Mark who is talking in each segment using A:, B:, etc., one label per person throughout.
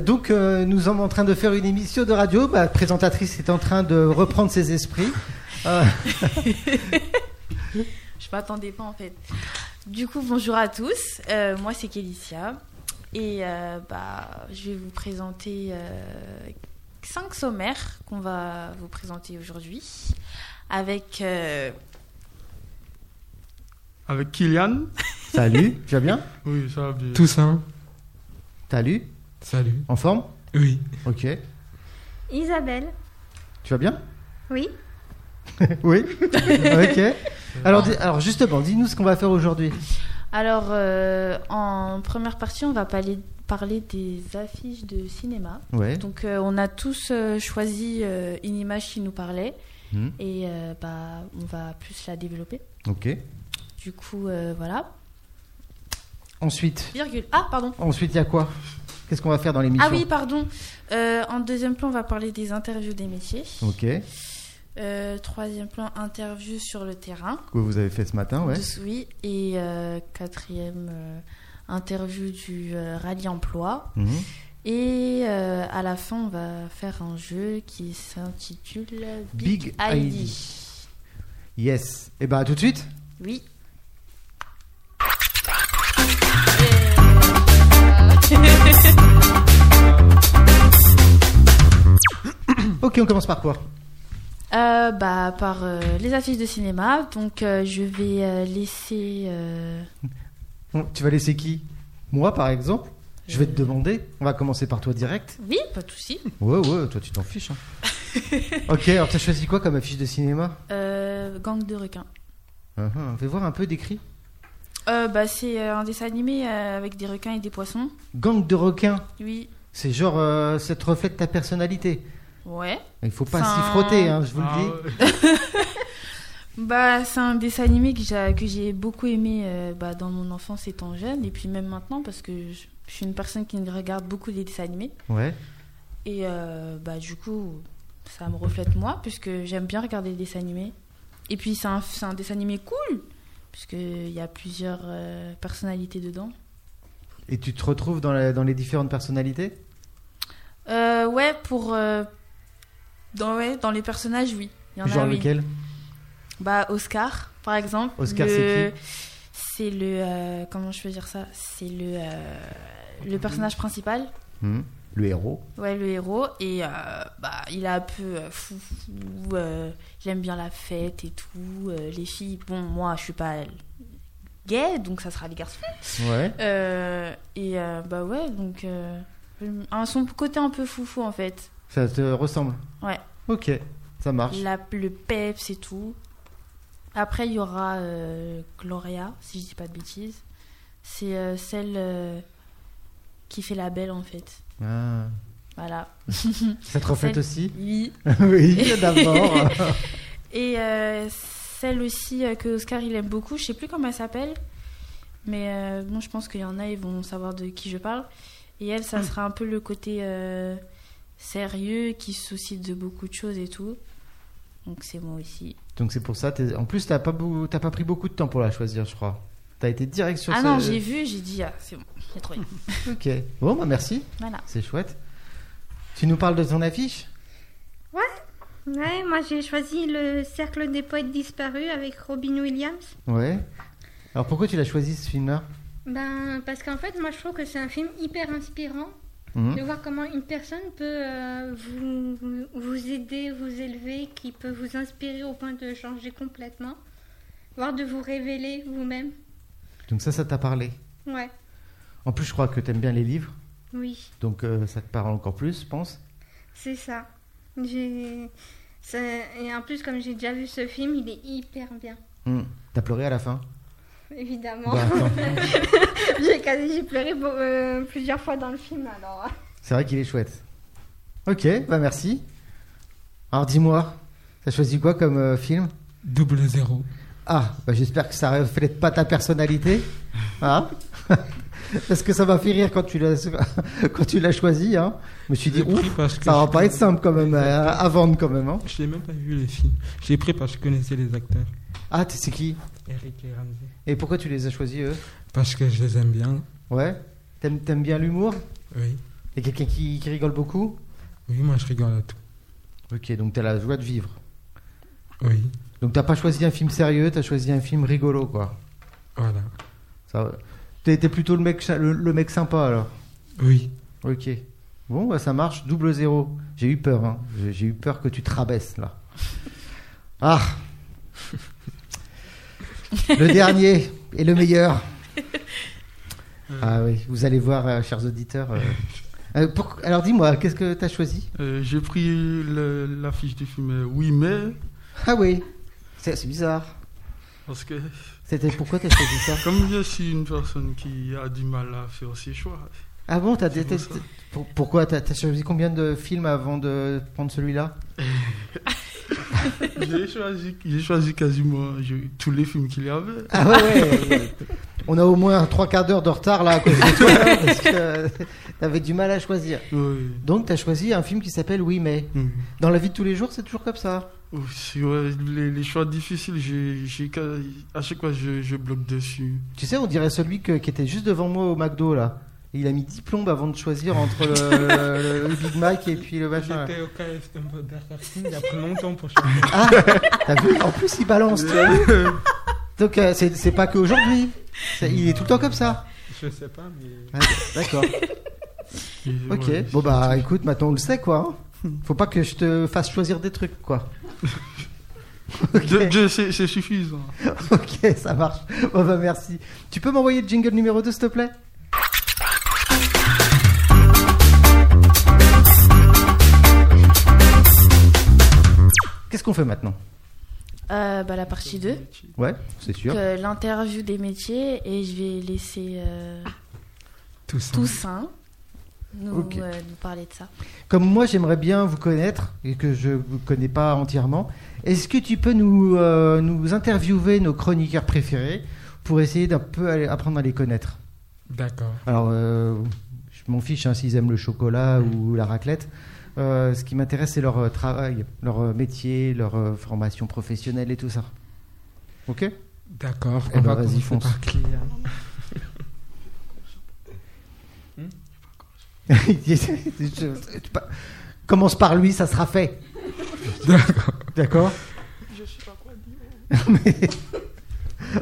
A: donc, euh, nous sommes en train de faire une émission de radio. Bah, la présentatrice est en train de reprendre ses esprits. Euh,
B: Je m'attendais pas en fait. Du coup, bonjour à tous. Euh, moi, c'est Kélicia. Et euh, bah, je vais vous présenter euh, cinq sommaires qu'on va vous présenter aujourd'hui. Avec. euh,
C: Avec Kylian.
A: salut, tu vas bien
C: Oui, ça va bien.
D: Tout ça.
A: T'as lu
D: Salut.
A: En forme
D: Oui.
A: Ok.
E: Isabelle,
A: Tu vas bien
E: oui.
A: Oui. ok. Alors, dis- alors justement, dis-nous ce qu'on va faire aujourd'hui.
B: Alors, euh, en première partie, on va parler, parler des affiches de cinéma.
A: Ouais.
B: Donc, euh, on a tous euh, choisi euh, une image qui nous parlait.
A: Mhm.
B: Et euh, bah, on va plus la développer.
A: Ok.
B: Du coup, euh, voilà.
A: Ensuite,
B: Virgule. Ah, pardon.
A: ensuite, il y a quoi Qu'est-ce qu'on va faire dans l'émission
B: Ah oui, pardon. Euh, en deuxième plan, on va parler des interviews des métiers.
A: Ok.
B: Euh, troisième plan, interview sur le terrain.
A: Que vous avez fait ce matin, Ah ouais.
B: Tous- Oui. Et euh, quatrième, euh, interview du euh, rallye emploi.
A: Mhm.
B: Et euh, à la fin, on va faire un jeu qui s'intitule Big,
A: Big
B: ID.
A: ID. Yes. Et bah, à tout de suite.
B: Oui.
A: Ok, on commence par quoi
B: Euh, bah, par euh, les affiches de cinéma. Donc, euh, je vais euh, laisser. euh,
A: Bon, Tu vas laisser qui Moi, par exemple je vais te demander. On va commencer par toi direct.
B: Oui, pas de souci.
A: Ouais, ouais, toi tu t'en fiches. hein. ok, alors t'as choisi quoi comme affiche de cinéma
B: Euh, gang de requins.
A: Uhum, On va voir un peu décrit.
B: Euh, bah, c'est euh, un dessin animé euh, avec des requins et des poissons.
A: Gang de requins.
B: Oui,
A: C'est genre, euh, ça te reflète ta personnalité.
B: ouais.
A: Il faut pas
B: Enfin, ah
A: s'y frotter, hein, je vous le dis.
D: Ah,
B: Bah, c'est un dessin animé que j'ai, que j'ai beaucoup aimé euh, bah, dans mon enfance étant jeune, et puis même maintenant, parce que je, je suis une personne qui regarde beaucoup les dessins animés.
A: Ouais.
B: Et euh, bah, du coup, ça me reflète moi, puisque j'aime bien regarder les dessins animés. Et puis, c'est un, c'est un dessin animé cool, puisqu'il y a plusieurs euh, personnalités dedans.
A: Et tu te retrouves dans, la- dans les différentes personnalités
B: Euh, ouais, pour. euh, dans, ouais, dans les personnages, oui. Il y en
A: Genre
B: a, oui.
A: lequel
B: Bah Oscar, par exemple.
A: Oscar,
B: Le-
A: c'est qui
B: C'est le euh, comment je peux dire ça C'est le euh, le personnage principal.
A: Hmm, Le héros.
B: Ouais, le héros et euh, bah il est un peu euh, fou, fou, euh, il aime bien la fête et tout. euh, les filles, bon moi je suis pas gay donc ça sera les garçons.
A: Ouais.
B: Euh, et euh, bah ouais donc euh, un son côté un peu foufou en fait.
A: Ça te ressemble
B: Ouais.
A: Ok, ça marche.
B: La, le peps et tout. Après, il y aura euh, Gloria, si je dis pas de bêtises. C'est euh, celle euh, qui fait la belle, en fait.
A: Ah.
B: Voilà.
A: Ça te reflète
B: Celle-
A: aussi
B: Oui.
A: Oui, d'abord.
B: Et euh, celle aussi euh, que Oscar, il aime beaucoup. Je sais plus comment elle s'appelle. Mais euh, bon, je pense qu'il y en a, ils vont savoir de qui je parle. Et elle, ça sera un peu le côté euh, sérieux, qui se soucie de beaucoup de choses et tout. Donc c'est moi aussi.
A: Donc c'est pour ça. t'es- En plus, t'as pas, bou- t'as pas pris beaucoup de temps pour la choisir, je crois. T'as été direct sur
B: Ah
A: ce-
B: non, j'ai vu, j'ai dit, ah, c'est bon, j'ai trouvé.
A: Ok. Bon, bah merci.
B: Voilà.
A: C'est chouette. Tu nous parles de ton affiche
E: Ouais, moi j'ai choisi le Cercle des poètes disparus avec Robin Williams.
A: Ouais. Alors pourquoi tu l'as choisi ce film-là
E: Ben, parce qu'en fait, moi je trouve que c'est un film hyper inspirant
A: Hmm
E: de voir comment une personne peut euh, vous, vous aider, vous élever, qui peut vous inspirer au point de changer complètement, voire de vous révéler vous-même.
A: Donc ça, ça t'a parlé.
E: Ouais,
A: En plus, je crois que t'aimes bien les livres,
E: oui,
A: donc euh, ça te parle encore plus, je pense.
E: c'est ça. J'ai. ça- Et en plus, comme j'ai déjà vu ce film, il est hyper bien,
A: Hmm. T'as pleuré à la fin
E: évidemment.
A: Bah, attends.
E: J'ai quasi j'ai pleuré beau- euh, plusieurs fois dans le film alors.
A: C'est vrai qu'il est chouette. Ok, bah merci. Alors dis-moi, t'as choisi quoi comme euh, film
D: Double zéro.
A: Ah, bah j'espère que ça reflète pas ta personnalité. Hein Parce que ça m'a fait rire quand tu l'as quand tu l'as choisi. Hein. Je me suis dit,
D: J'ai pris
A: ouf,
D: parce que
A: ça va
D: je-
A: pas être simple quand même euh, à vendre quand même. Hein.
D: Je n'ai même pas vu les films. J'ai pris parce que je connaissais les acteurs.
A: Ah, t'es- c'est qui
D: Eric et Ramsey.
A: Et pourquoi tu les as choisis eux
D: Parce que je les aime bien.
A: Ouais T'aimes t'aimes bien l'humour
D: Oui.
A: Et quelqu'un qui, qui rigole beaucoup
D: Oui, moi je rigole à tout.
A: Ok, donc t'as la joie de vivre.
D: Oui,
A: Donc t'as pas choisi un film sérieux, t'as choisi un film rigolo, quoi.
D: voilà.
A: Ça va. T'es t'es plutôt le mec, cha- le, le mec sympa, alors.
D: Oui,
A: Ok. Bon, bah, ça marche, double zéro. J'ai eu peur, hein. J'ai- J'ai eu peur que tu te rabaisses, là. Ah Le dernier et le meilleur. Ah oui, vous allez voir, euh, chers auditeurs. euh. Euh, pour- Alors dis-moi, qu'est-ce que t'as choisi
C: Euh, J'ai pris le- l'affiche du film euh, Oui, mais.
A: Ah oui, c'est c'est bizarre.
C: Parce que,
A: C'était pourquoi t'as choisi ça
C: comme je suis une personne qui a du mal à faire ses choix,
A: Ah bon, t'as
C: C'est pour
A: détesté. pour- Pourquoi t'as t'as choisi combien de films avant de prendre celui-là
C: j'ai choisi, j'ai choisi quasiment je- tous les films qu'il y avait.
A: Ah ouais, ouais, ouais. On a au moins trois quarts d'heure de retard là à cause de toi là, parce que euh, t'avais du mal à choisir.
C: Oui.
A: Donc t'as choisi un film qui s'appelle Oui mais.
C: Mhm.
A: Dans la vie de tous les jours, c'est toujours comme ça.
C: Ouf, c'est- ouais, les, les choix difficiles, j'ai, j'ai ca- à chaque fois, je, je bloque dessus.
A: Tu sais, on dirait celui que- qui était juste devant moi au McDo là. Il a mis 10 plombes avant de choisir entre le, le- le Big Mac et puis le machin. là.
D: j'étais au KFC un peu Burger King, il a pris longtemps pour choisir.
A: Ah, t'as vu En plus, il balance. tu vois. Donc euh, c'est c'est pas qu'aujourd'hui. C'est- Il est tout le temps comme ça.
D: Je sais pas, mais.
A: Ah, D'accord.
C: Et
A: Ok.
C: ouais,
A: bon
C: c'est-
A: bah écoute, maintenant on le sait quoi. hein. Faut pas que je te fasse choisir des trucs quoi. bah, ok.
C: Dieu- Dieu, c'est, c'est suffisant.
A: Ok, ça marche. Bon bah merci. Tu peux m'envoyer le jingle numéro 2 s'il te plaît Qu'est-ce qu'on fait maintenant
B: Euh, bah, la partie 2,
A: Ouais, c'est sûr.
B: donc, euh, l'interview des métiers, et je vais laisser euh,
D: Tout ça.
B: Toussaint nous,
A: Ok.
B: euh, nous parler de ça.
A: Comme moi, j'aimerais bien vous connaître et que je vous connais pas entièrement. Est-ce que tu peux nous, euh, nous interviewer nos chroniqueurs préférés pour essayer d'un peu aller- apprendre à les connaître
D: D'accord.
A: Alors, euh, je m'en fiche hein, s'ils aiment le chocolat ou la raclette. Euh, ce qui m'intéresse, c'est leur euh, travail, leur euh, métier, leur euh, formation professionnelle et tout ça. Ok
D: D'accord.
A: Eh
D: on
A: ben,
D: va
A: vas-y,
D: commencer
A: fonce.
D: par Kylian.
A: Je- tu pa- Commence par lui, ça sera fait.
D: D'accord.
A: D'accord Je sais pas quoi dire.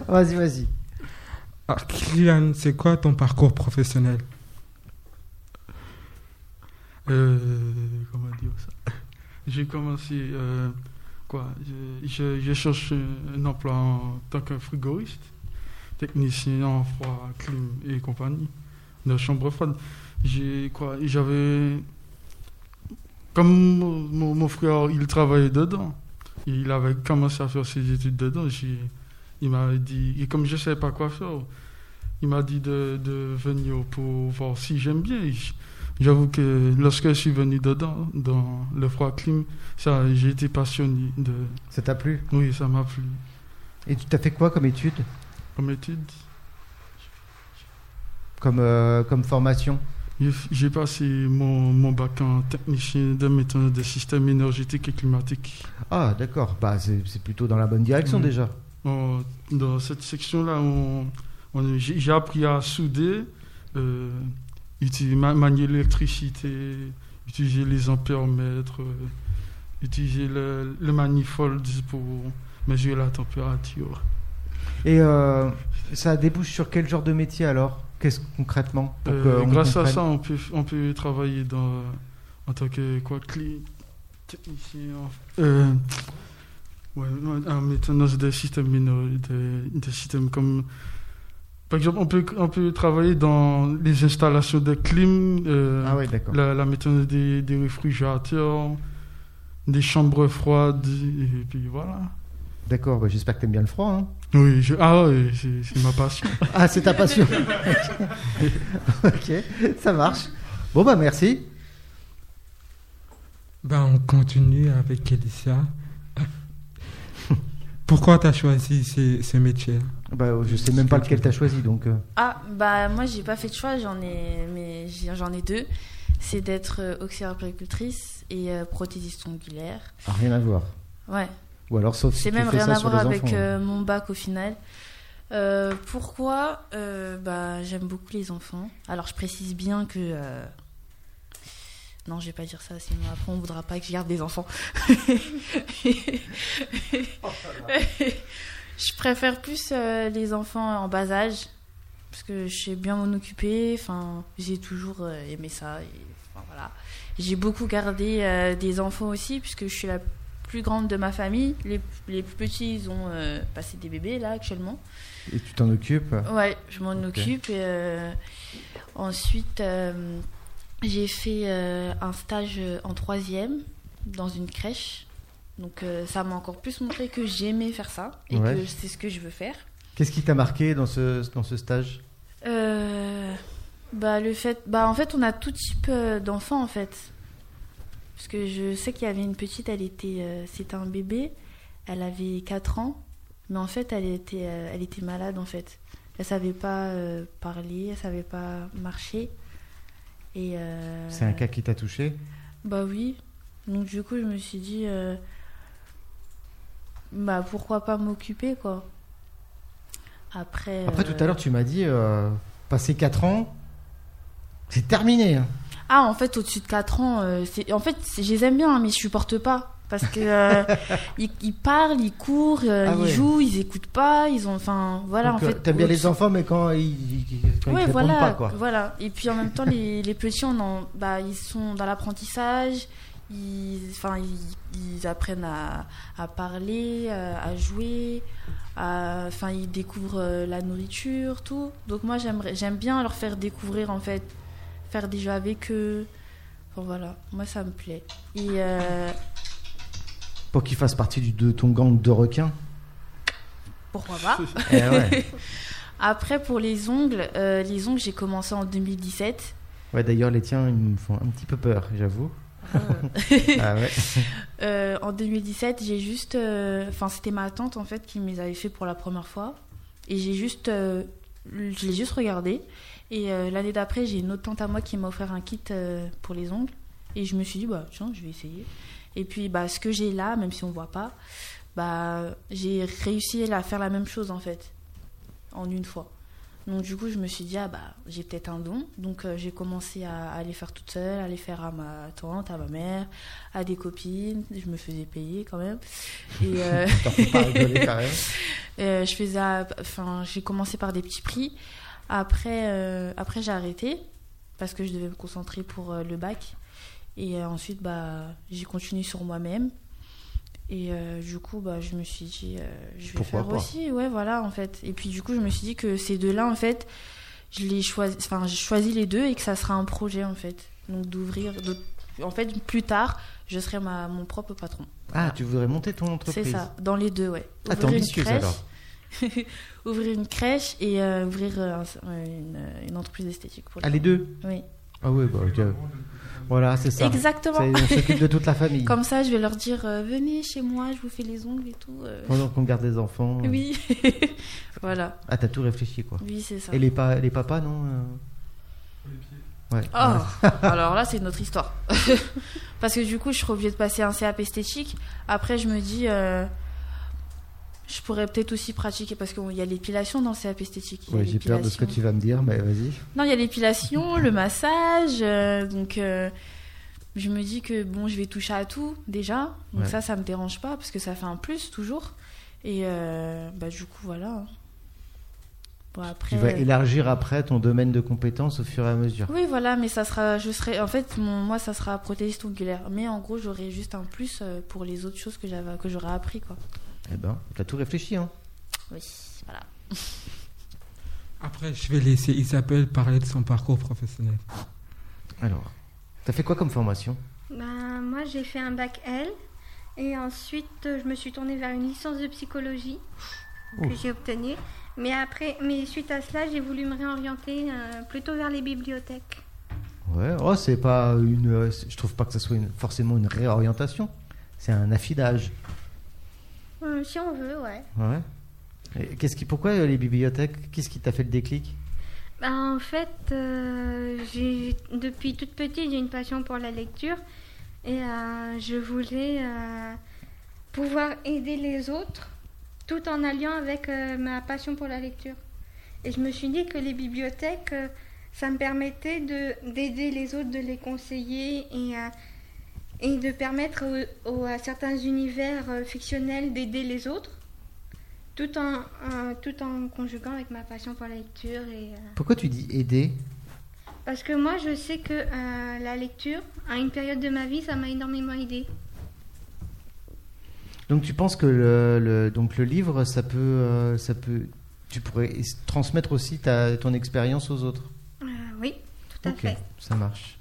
A: Vas-y, vas-y.
D: Alors, Ah, Kylian, c'est quoi ton parcours professionnel
C: Euh, comment dire ça J'ai commencé, euh, quoi, je, je, je cherche un un emploi en tant que frigoriste, technicien en froid, clim et compagnie, dans la chambre froide. J'ai, quoi, j'avais, comme mon, mon- mon frère, il travaillait dedans, et il avait commencé à faire ses études dedans, j'ai, il m'avait dit, et comme je ne savais pas quoi faire, il m'a dit de, de venir pour voir si j'aime bien. Je- J'avoue que lorsque je suis venu dedans, dans le froid clim, ça, j'ai été passionné. De...
A: Ça t'a plu
C: Oui, ça m'a plu.
A: Et tu t'as fait quoi comme étude
C: Comme étude,
A: comme, euh, comme formation
C: j'ai- j'ai passé mon, mon bac en technicien de maintenance des systèmes énergétiques et climatiques.
A: Ah, d'accord. Bah, c'est c'est plutôt dans la bonne direction
C: Mhm.
A: déjà.
C: On- dans cette section-là, on, on- j'ai j'ai appris à souder, euh, utiliser, ma- manier l'électricité, utiliser les ampères-mètres, euh, utiliser le, le manifold pour mesurer la température.
A: Et euh, ça débouche sur quel genre de métier alors Qu'est-ce concrètement pour
C: Euh,
A: qu'on
C: grâce à
A: comprenne
C: ça, on peut, on peut travailler dans, en tant que quoi, cli- technicien, en- euh, ouais, en- en maintenance des systèmes mineurs, des, des systèmes comme. Par exemple, on peut, on peut travailler dans les installations de clim, euh,
A: Ah ouais, d'accord.
C: la, la maintenance des, des réfrigérateurs, des chambres froides, et puis voilà.
A: D'accord, bah, j'espère que t'aimes bien le froid. hein.
C: Oui, je- ah ouais, c'est c'est ma passion.
A: Ah, c'est ta passion. ok, ça marche. Bon, bah merci.
D: Ben, on continue avec Elicia. Pourquoi t'as choisi ces- ce métier
A: Bah, je sais même pas lequel t'as choisi donc. euh.
B: Ah, bah moi j'ai pas fait de choix, j'en ai, mais j'ai- j'en ai deux. C'est d'être euh, auxiliaire puéricultrice et euh, prothésiste ongulaire.
A: Ah, rien à voir.
B: Ouais,
A: Ou alors, sauf si
B: c'est
A: tu
B: même
A: fais
B: rien
A: ça
B: à
A: sur
B: voir
A: les
B: avec
A: enfants. hein.
B: euh, mon bac au final. Euh, pourquoi Euh, Bah j'aime beaucoup les enfants. Alors je précise bien que euh, Non, je vais pas dire ça, sinon après on voudra pas que je garde des enfants. je préfère plus euh, les enfants en bas âge, parce que je sais bien m'en occuper. Enfin, j'ai toujours euh, aimé ça. et, enfin, voilà. J'ai beaucoup gardé euh, des enfants aussi, puisque je suis la plus grande de ma famille. Les, les plus petits, ils ont euh, passé des bébés là actuellement.
A: Et tu t'en occupes
B: Ouais, je m'en occupe. Et, euh, ensuite, euh, j'ai fait euh, un stage en troisième dans une crèche. Donc euh, ça m'a encore plus montré que j'aimais faire ça et
A: Ouais.
B: que c'est ce que je veux faire.
A: Qu'est-ce qui t'a marqué dans ce, dans ce stage
B: Euh, bah le fait, bah en fait on a tout type euh, d'enfants en fait, parce que je sais qu'il y avait une petite, elle était, euh, c'était un bébé, elle avait 4 ans, mais en fait elle était, euh, elle était malade en fait, elle savait pas euh, parler, elle savait pas marcher, et euh,
A: C'est un cas qui t'a touché
B: bah oui. Donc du coup, je me suis dit, euh, bah pourquoi pas m'occuper quoi. Après.
A: Après, tout à
B: euh,
A: l'heure, tu m'as dit, euh, passé 4 ans, c'est terminé. hein.
B: Ah, en fait, au-dessus de 4 ans, euh, c'est... en fait, c'est- je les aime bien, hein, mais je supporte pas. Parce que euh, ils, ils parlent, ils courent, euh,
A: Ah
B: ils
A: ouais.
B: jouent, ils écoutent pas, ils ont, enfin, voilà,
A: Donc,
B: en
A: euh,
B: fait.
A: T'aimes bien les
B: au-dessus-
A: enfants, mais quand ils, ils- quand ils
B: Ouais,
A: te répondent
B: voilà,
A: pas, quoi.
B: voilà. Et puis en même temps, les, les petits, on en, bah, ils sont dans l'apprentissage, ils, enfin, ils, ils apprennent à, à parler, euh, à jouer, à- enfin, ils découvrent euh, la nourriture, tout. Donc moi, j'aimerais, j'aime bien leur faire découvrir, en fait, faire des jeux avec eux. Enfin voilà, moi, ça me plaît. Et euh,
A: Pour qu'ils fassent partie du, de ton gang de requins.
B: pourquoi pas
A: Eh ouais.
B: Après, pour les ongles, euh, les ongles, j'ai commencé en 2017.
A: Ouais, d'ailleurs, les tiens, ils me font un petit peu peur, j'avoue. Ah ouais.
B: Euh, en 2017, j'ai juste. euh, Enfin, c'était ma tante en fait qui me les avait fait pour la première fois. Et j'ai juste. euh, je l'ai juste regardé. Et euh, l'année d'après, j'ai une autre tante à moi qui m'a offert un kit euh, pour les ongles. Et je me suis dit, bah tiens, je vais essayer. Et puis, bah, ce que j'ai là, même si on voit pas, bah, j'ai réussi à faire la même chose en fait. En une fois. Donc, du coup, je me suis dit, ah bah, j'ai peut-être un don. Donc, euh, j'ai commencé à, à les faire toute seule, à les faire à ma tante, à ma mère à des copines, je me faisais payer quand même. Et euh,
A: T'en fais pas rigoler, quand même.
B: euh, je faisais, à- enfin, j'ai commencé par des petits prix. Après, euh, après j'ai arrêté parce que je devais me concentrer pour euh, le bac. Et euh, ensuite, bah, j'ai continué sur moi-même. Et euh, du coup, bah, je me suis dit, euh, je vais
A: Pourquoi
B: faire
A: pas
B: aussi. Ouais, voilà, en fait. Et puis du coup, je me suis dit que ces deux-là, en fait, je les choisi, enfin, j'ai choisi les deux et que ça sera un projet, en fait. Donc d'ouvrir, de- en fait, plus tard, je serai ma, mon propre patron.
A: Ah, tu voudrais monter ton
B: C'est
A: entreprise
B: ça, dans les deux, ouais.
A: Ah, t'es
B: Ouvrir une
A: ambitieuse,
B: crèche-
A: alors.
B: ouvrir une crèche et euh, ouvrir euh, un- une, euh, une entreprise d'esthétique pour les
A: Ah, les deux
B: gens. Oui,
A: Ah oui, bah, ok. voilà, c'est ça. Ça,
B: exactement.
A: On s'occupe de toute la famille.
B: Comme ça, je vais leur dire euh, venez chez moi, je vous fais les ongles et tout. euh.
A: Pendant qu'on garde les enfants.
B: Oui, voilà,
A: Ah, t'as tout réfléchi, quoi.
B: oui, c'est ça.
A: Et les, pa- les papas, non euh, Ouais.
B: Oh, alors là, c'est une autre histoire. Parce que du coup, je serais obligée de passer un CAP esthétique. Après, je me dis, euh, je pourrais peut-être aussi pratiquer, parce qu'il y a l'épilation dans le CAP esthétique. il y a
A: Ouais, j'ai peur de ce que
B: l'épilation.
A: tu vas me dire, mais vas-y.
B: Non, il y a l'épilation, le massage. euh, donc, euh, je me dis que bon, je vais toucher à tout déjà. Donc,
A: Ouais.
B: ça, ça me dérange pas parce que ça fait un plus toujours. Et euh, bah, du coup, voilà. Bon, après.
A: Tu vas
B: euh,
A: élargir après ton domaine de compétences au fur et à mesure.
B: Oui, voilà, mais ça sera. Je serai, en fait, mon- moi, ça sera prothésiste ongulaire. Mais en gros, j'aurai juste un plus euh, pour les autres choses que j'avais, que j'aurais appris, quoi.
A: Eh ben, t'as tout réfléchi, hein
B: Oui, voilà.
D: Après, je vais laisser Isabelle parler de son parcours professionnel.
A: Alors, t'as fait quoi comme formation
E: Ben, moi, j'ai fait un bac L et ensuite euh, je me suis tournée vers une licence de psychologie que
A: Ouf.
E: j'ai obtenue. Mais après, mais suite à cela, j'ai voulu me réorienter euh, plutôt vers les bibliothèques.
A: Ouais, oh, c'est pas une. euh, c'est- je trouve pas que ça soit une- forcément une réorientation. C'est un affinage.
E: Euh, si on veut, ouais.
A: Ouais. Et qu'est-ce qui, pourquoi euh, les bibliothèques Qu'est-ce qui t'a fait le déclic
E: Ben, en fait, euh, j'ai- depuis toute petite, j'ai une passion pour la lecture et euh, je voulais euh, pouvoir aider les autres tout en alliant avec euh, ma passion pour la lecture. Et je me suis dit que les bibliothèques, euh, ça me permettait de, d'aider les autres, de les conseiller et, euh, et de permettre aux- aux- à certains univers euh, fictionnels d'aider les autres, tout en, en- tout en conjuguant avec ma passion pour la lecture. Et, euh,
A: Pourquoi tu dis aider
E: parce que moi, je sais que euh, la lecture, à une période de ma vie, ça m'a énormément aidé.
A: Donc tu penses que le, le- donc le livre, ça peut, euh, ça peut, tu pourrais s- transmettre aussi ta, ton expérience aux autres.
E: Euh, oui, tout à
A: Ok,
E: fait.
A: ça marche.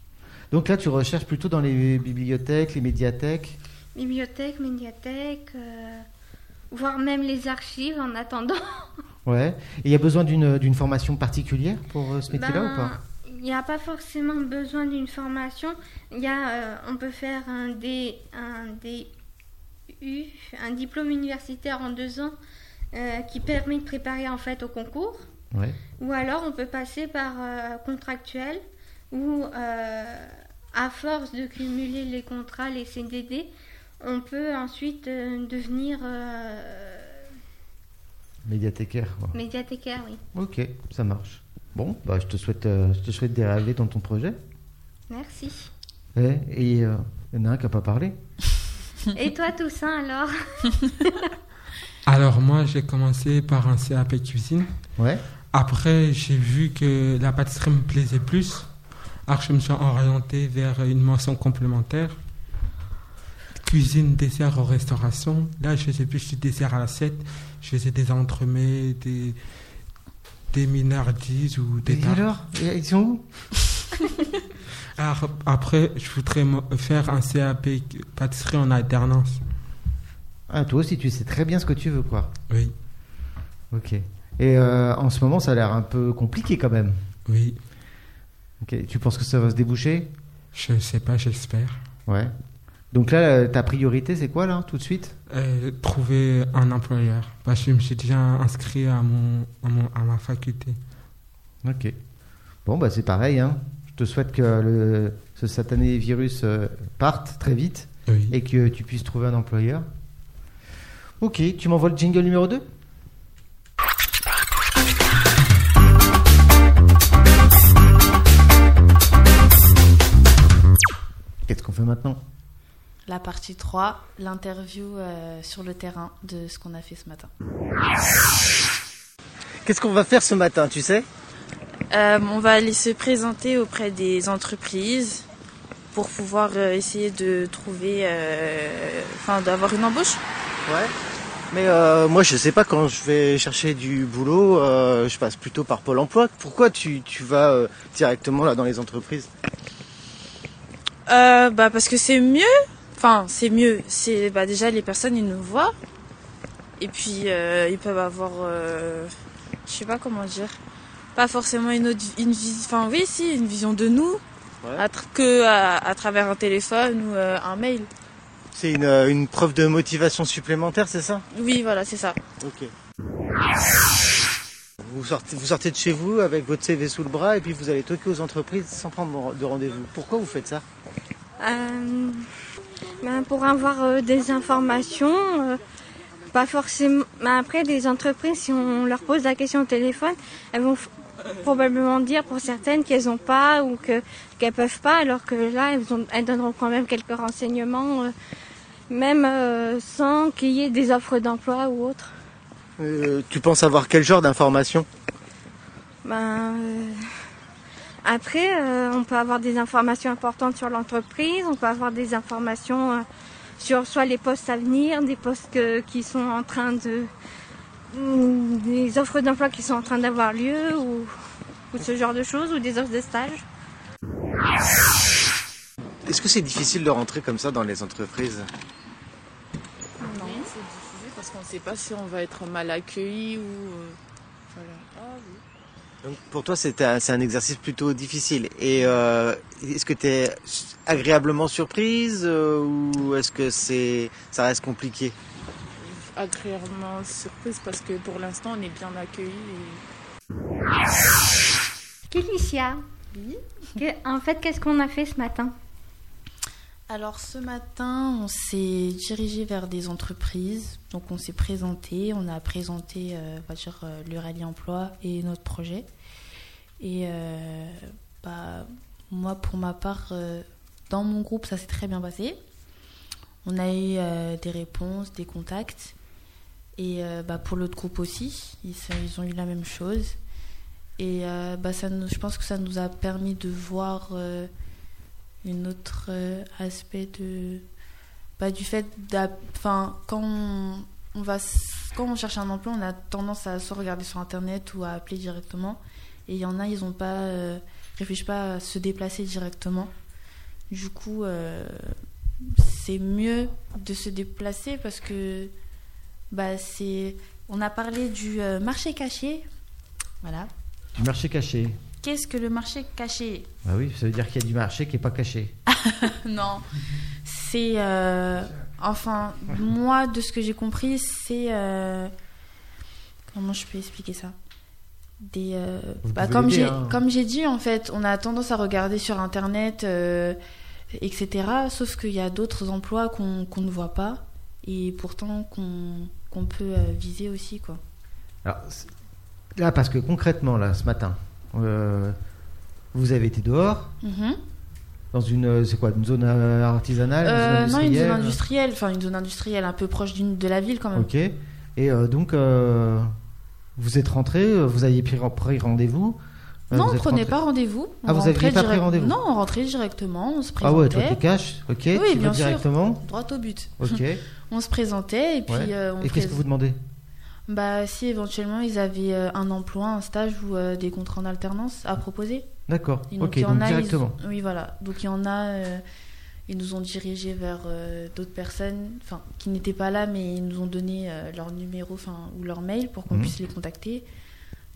A: Donc là, tu recherches plutôt dans les bibliothèques, les médiathèques.
E: Bibliothèque, médiathèque, euh, voire même les archives en attendant.
A: Ouais. Et il y a besoin d'une d'une formation particulière pour euh, ce métier-là ou
E: Ben,
A: pas
E: Il n'y a pas forcément besoin d'une formation. Il y a, euh, on peut faire un D, un DU, un diplôme universitaire en deux ans euh, qui permet de préparer en fait au concours.
A: Ouais.
E: Ou alors on peut passer par euh, contractuel ou euh, à force de cumuler les contrats, les CDD, on peut ensuite euh, devenir euh,
A: Médiathécaire. ouais.
E: médiathécaire, oui.
A: Ok, ça marche. Bon, bah, je te souhaite, euh, je te souhaite d'y arriver dans ton projet.
E: Merci.
A: Ouais, et il y en a un qui n'a pas parlé.
E: Et toi Toussaint alors
D: Alors moi, j'ai commencé par un CAP cuisine.
A: Ouais.
D: Après, j'ai vu que la pâtisserie me plaisait plus. Alors, je me suis orienté vers une mention complémentaire. Cuisine, dessert, restauration. Là, je faisais plus du dessert à l'assiette. Je faisais des entremets, des, des minardises ou des
A: Et
D: tartes.
A: alors Et Ils sont où
D: Alors, après, je voudrais mo- faire un CAP pâtisserie en alternance.
A: Ah, toi aussi, tu sais très bien ce que tu veux, quoi.
D: Oui,
A: Ok. Et euh, en ce moment, ça a l'air un peu compliqué quand même.
D: oui.
A: Ok. Tu penses que ça va se déboucher
D: Je sais pas, j'espère.
A: Ouais. Donc là, euh, ta priorité, c'est quoi, là, tout de suite
D: Euh, trouver un employeur. Parce que je me suis déjà inscrit à, mon, à, mon- à ma faculté.
A: Ok. Bon, bah, c'est pareil, hein. Je te souhaite que le, ce satané virus euh, parte très vite
D: Oui.
A: et que tu puisses trouver un employeur. Ok, tu m'envoies le jingle numéro 2 Qu'est-ce qu'on fait maintenant
B: La partie 3, l'interview euh, sur le terrain de ce qu'on a fait ce matin.
A: Qu'est-ce qu'on va faire ce matin, tu sais
F: Euh, on va aller se présenter auprès des entreprises pour pouvoir euh, essayer de trouver, euh, enfin d'avoir une embauche.
G: Ouais. Mais euh, moi, je sais pas, quand je vais chercher du boulot, euh, je passe plutôt par Pôle emploi. Pourquoi tu, tu vas euh, directement là dans les entreprises
F: Euh, bah parce que c'est mieux, enfin c'est mieux. C'est bah déjà les personnes ils nous voient et puis euh, ils peuvent avoir, euh, je sais pas comment dire, pas forcément une autre, une vision, enfin oui si une vision de nous
G: Ouais.
F: à tr- que à, à travers un téléphone ou euh, un mail.
G: C'est une, euh, une preuve de motivation supplémentaire, c'est ça
F: Oui voilà c'est ça.
G: Ok. Vous sortez, vous sortez de chez vous avec votre CV sous le bras et puis vous allez toquer aux entreprises sans prendre de rendez-vous. Pourquoi vous faites ça
E: Euh, ben, pour avoir euh, des informations, euh, pas forcément. ben, après, des entreprises, si on leur pose la question au téléphone, elles vont f- probablement dire pour certaines qu'elles n'ont pas ou que qu'elles peuvent pas, alors que là, elles, ont- elles donneront quand même quelques renseignements, euh, même euh, sans qu'il y ait des offres d'emploi ou autre.
G: Euh, Tu penses avoir quel genre d'informations
E: Ben, euh, après, euh, on peut avoir des informations importantes sur l'entreprise, on peut avoir des informations euh, sur soit les postes à venir, des postes que- qui sont en train de. ou des offres d'emploi qui sont en train d'avoir lieu, ou, ou ce genre de choses, ou des offres de stage.
G: Est-ce que c'est difficile de rentrer comme ça dans les entreprises
H: Non, c'est difficile parce qu'on ne sait pas si on va être mal accueilli ou. euh, voilà.
G: Donc pour toi, c'est un, c'est un exercice plutôt difficile. Et euh, est-ce que tu es agréablement surprise euh, ou est-ce que c'est ça reste compliqué
H: Agréablement surprise parce que pour l'instant on est bien accueilli. et-
E: Kélicia,
B: Oui.
E: en fait, qu'est-ce qu'on a fait ce matin
B: Alors ce matin, on s'est dirigé vers des entreprises, donc on s'est présenté, on a présenté, euh, on va dire, euh, le rallye emploi et notre projet. Et euh, bah, moi, pour ma part, euh, dans mon groupe, ça s'est très bien passé. On a eu euh, des réponses, des contacts. Et euh, bah, pour l'autre groupe aussi, ils, se- ils ont eu la même chose. Et euh, bah, ça nous- je pense que ça nous a permis de voir euh, une autre euh, aspect de, bah, du fait d'a- enfin quand on, on va s- quand on cherche un emploi on a tendance à soit regarder sur internet ou à appeler directement et il y en a ils ont pas euh, réfléchissent pas à se déplacer directement du coup euh, c'est mieux de se déplacer parce que bah c'est on a parlé du euh, marché caché voilà
A: Du marché caché.
B: qu'est-ce que le marché caché
A: Bah oui, ça veut dire qu'il y a du marché qui n'est pas caché.
B: Non. C'est. euh, enfin, moi, de ce que j'ai compris, c'est. euh, comment je peux expliquer ça Des. euh,
A: Vous
B: bah,
A: pouvez
B: comme
A: aider,
B: j'ai
A: hein.
B: comme j'ai dit, en fait, on a tendance à regarder sur Internet, euh, etc. Sauf qu'il y a d'autres emplois qu'on qu'on ne voit pas et pourtant qu'on qu'on peut euh, viser aussi, quoi.
A: Alors, c'est- là, parce que concrètement, là, ce matin, euh, vous avez été dehors,
B: Mhm.
A: dans une, euh, c'est quoi, une zone euh, artisanale
B: Euh,
A: une
B: non,
A: zone
B: une zone
A: industrielle
B: industrielle, enfin une zone industrielle un peu proche d'une de la ville quand même.
A: Ok. Et euh, donc, euh, vous êtes rentré, euh, vous aviez pris, pris rendez-vous. euh,
B: Non,
A: vous
B: on
A: êtes
B: prenait
A: rentré-
B: pas rendez-vous.
A: Ah,
B: On
A: vous aviez
B: rentrait
A: pas pris
B: direct-
A: rendez-vous
B: Non, on rentrait directement, on se
A: Ah ouais, toi
B: présentait.
A: tu caches, ok, tu
B: bien
A: vas
B: sûr.
A: directement.
B: Droit au but.
A: Ok. ouais.
B: On se présentait et puis euh, on
A: et qu'est-ce
B: prés-
A: que vous demandez
B: Bah si éventuellement ils avaient euh, un emploi, un stage ou euh, des contrats en alternance à proposer.
A: D'accord,
B: Et
A: ok,
B: il y
A: donc,
B: en a, ils-
A: directement.
B: Oui voilà. Donc il y en a euh, ils nous ont dirigés vers euh, d'autres personnes enfin qui n'étaient pas là mais ils nous ont donné euh, leur numéro enfin ou leur mail pour qu'on
A: Mhm.
B: puisse les contacter.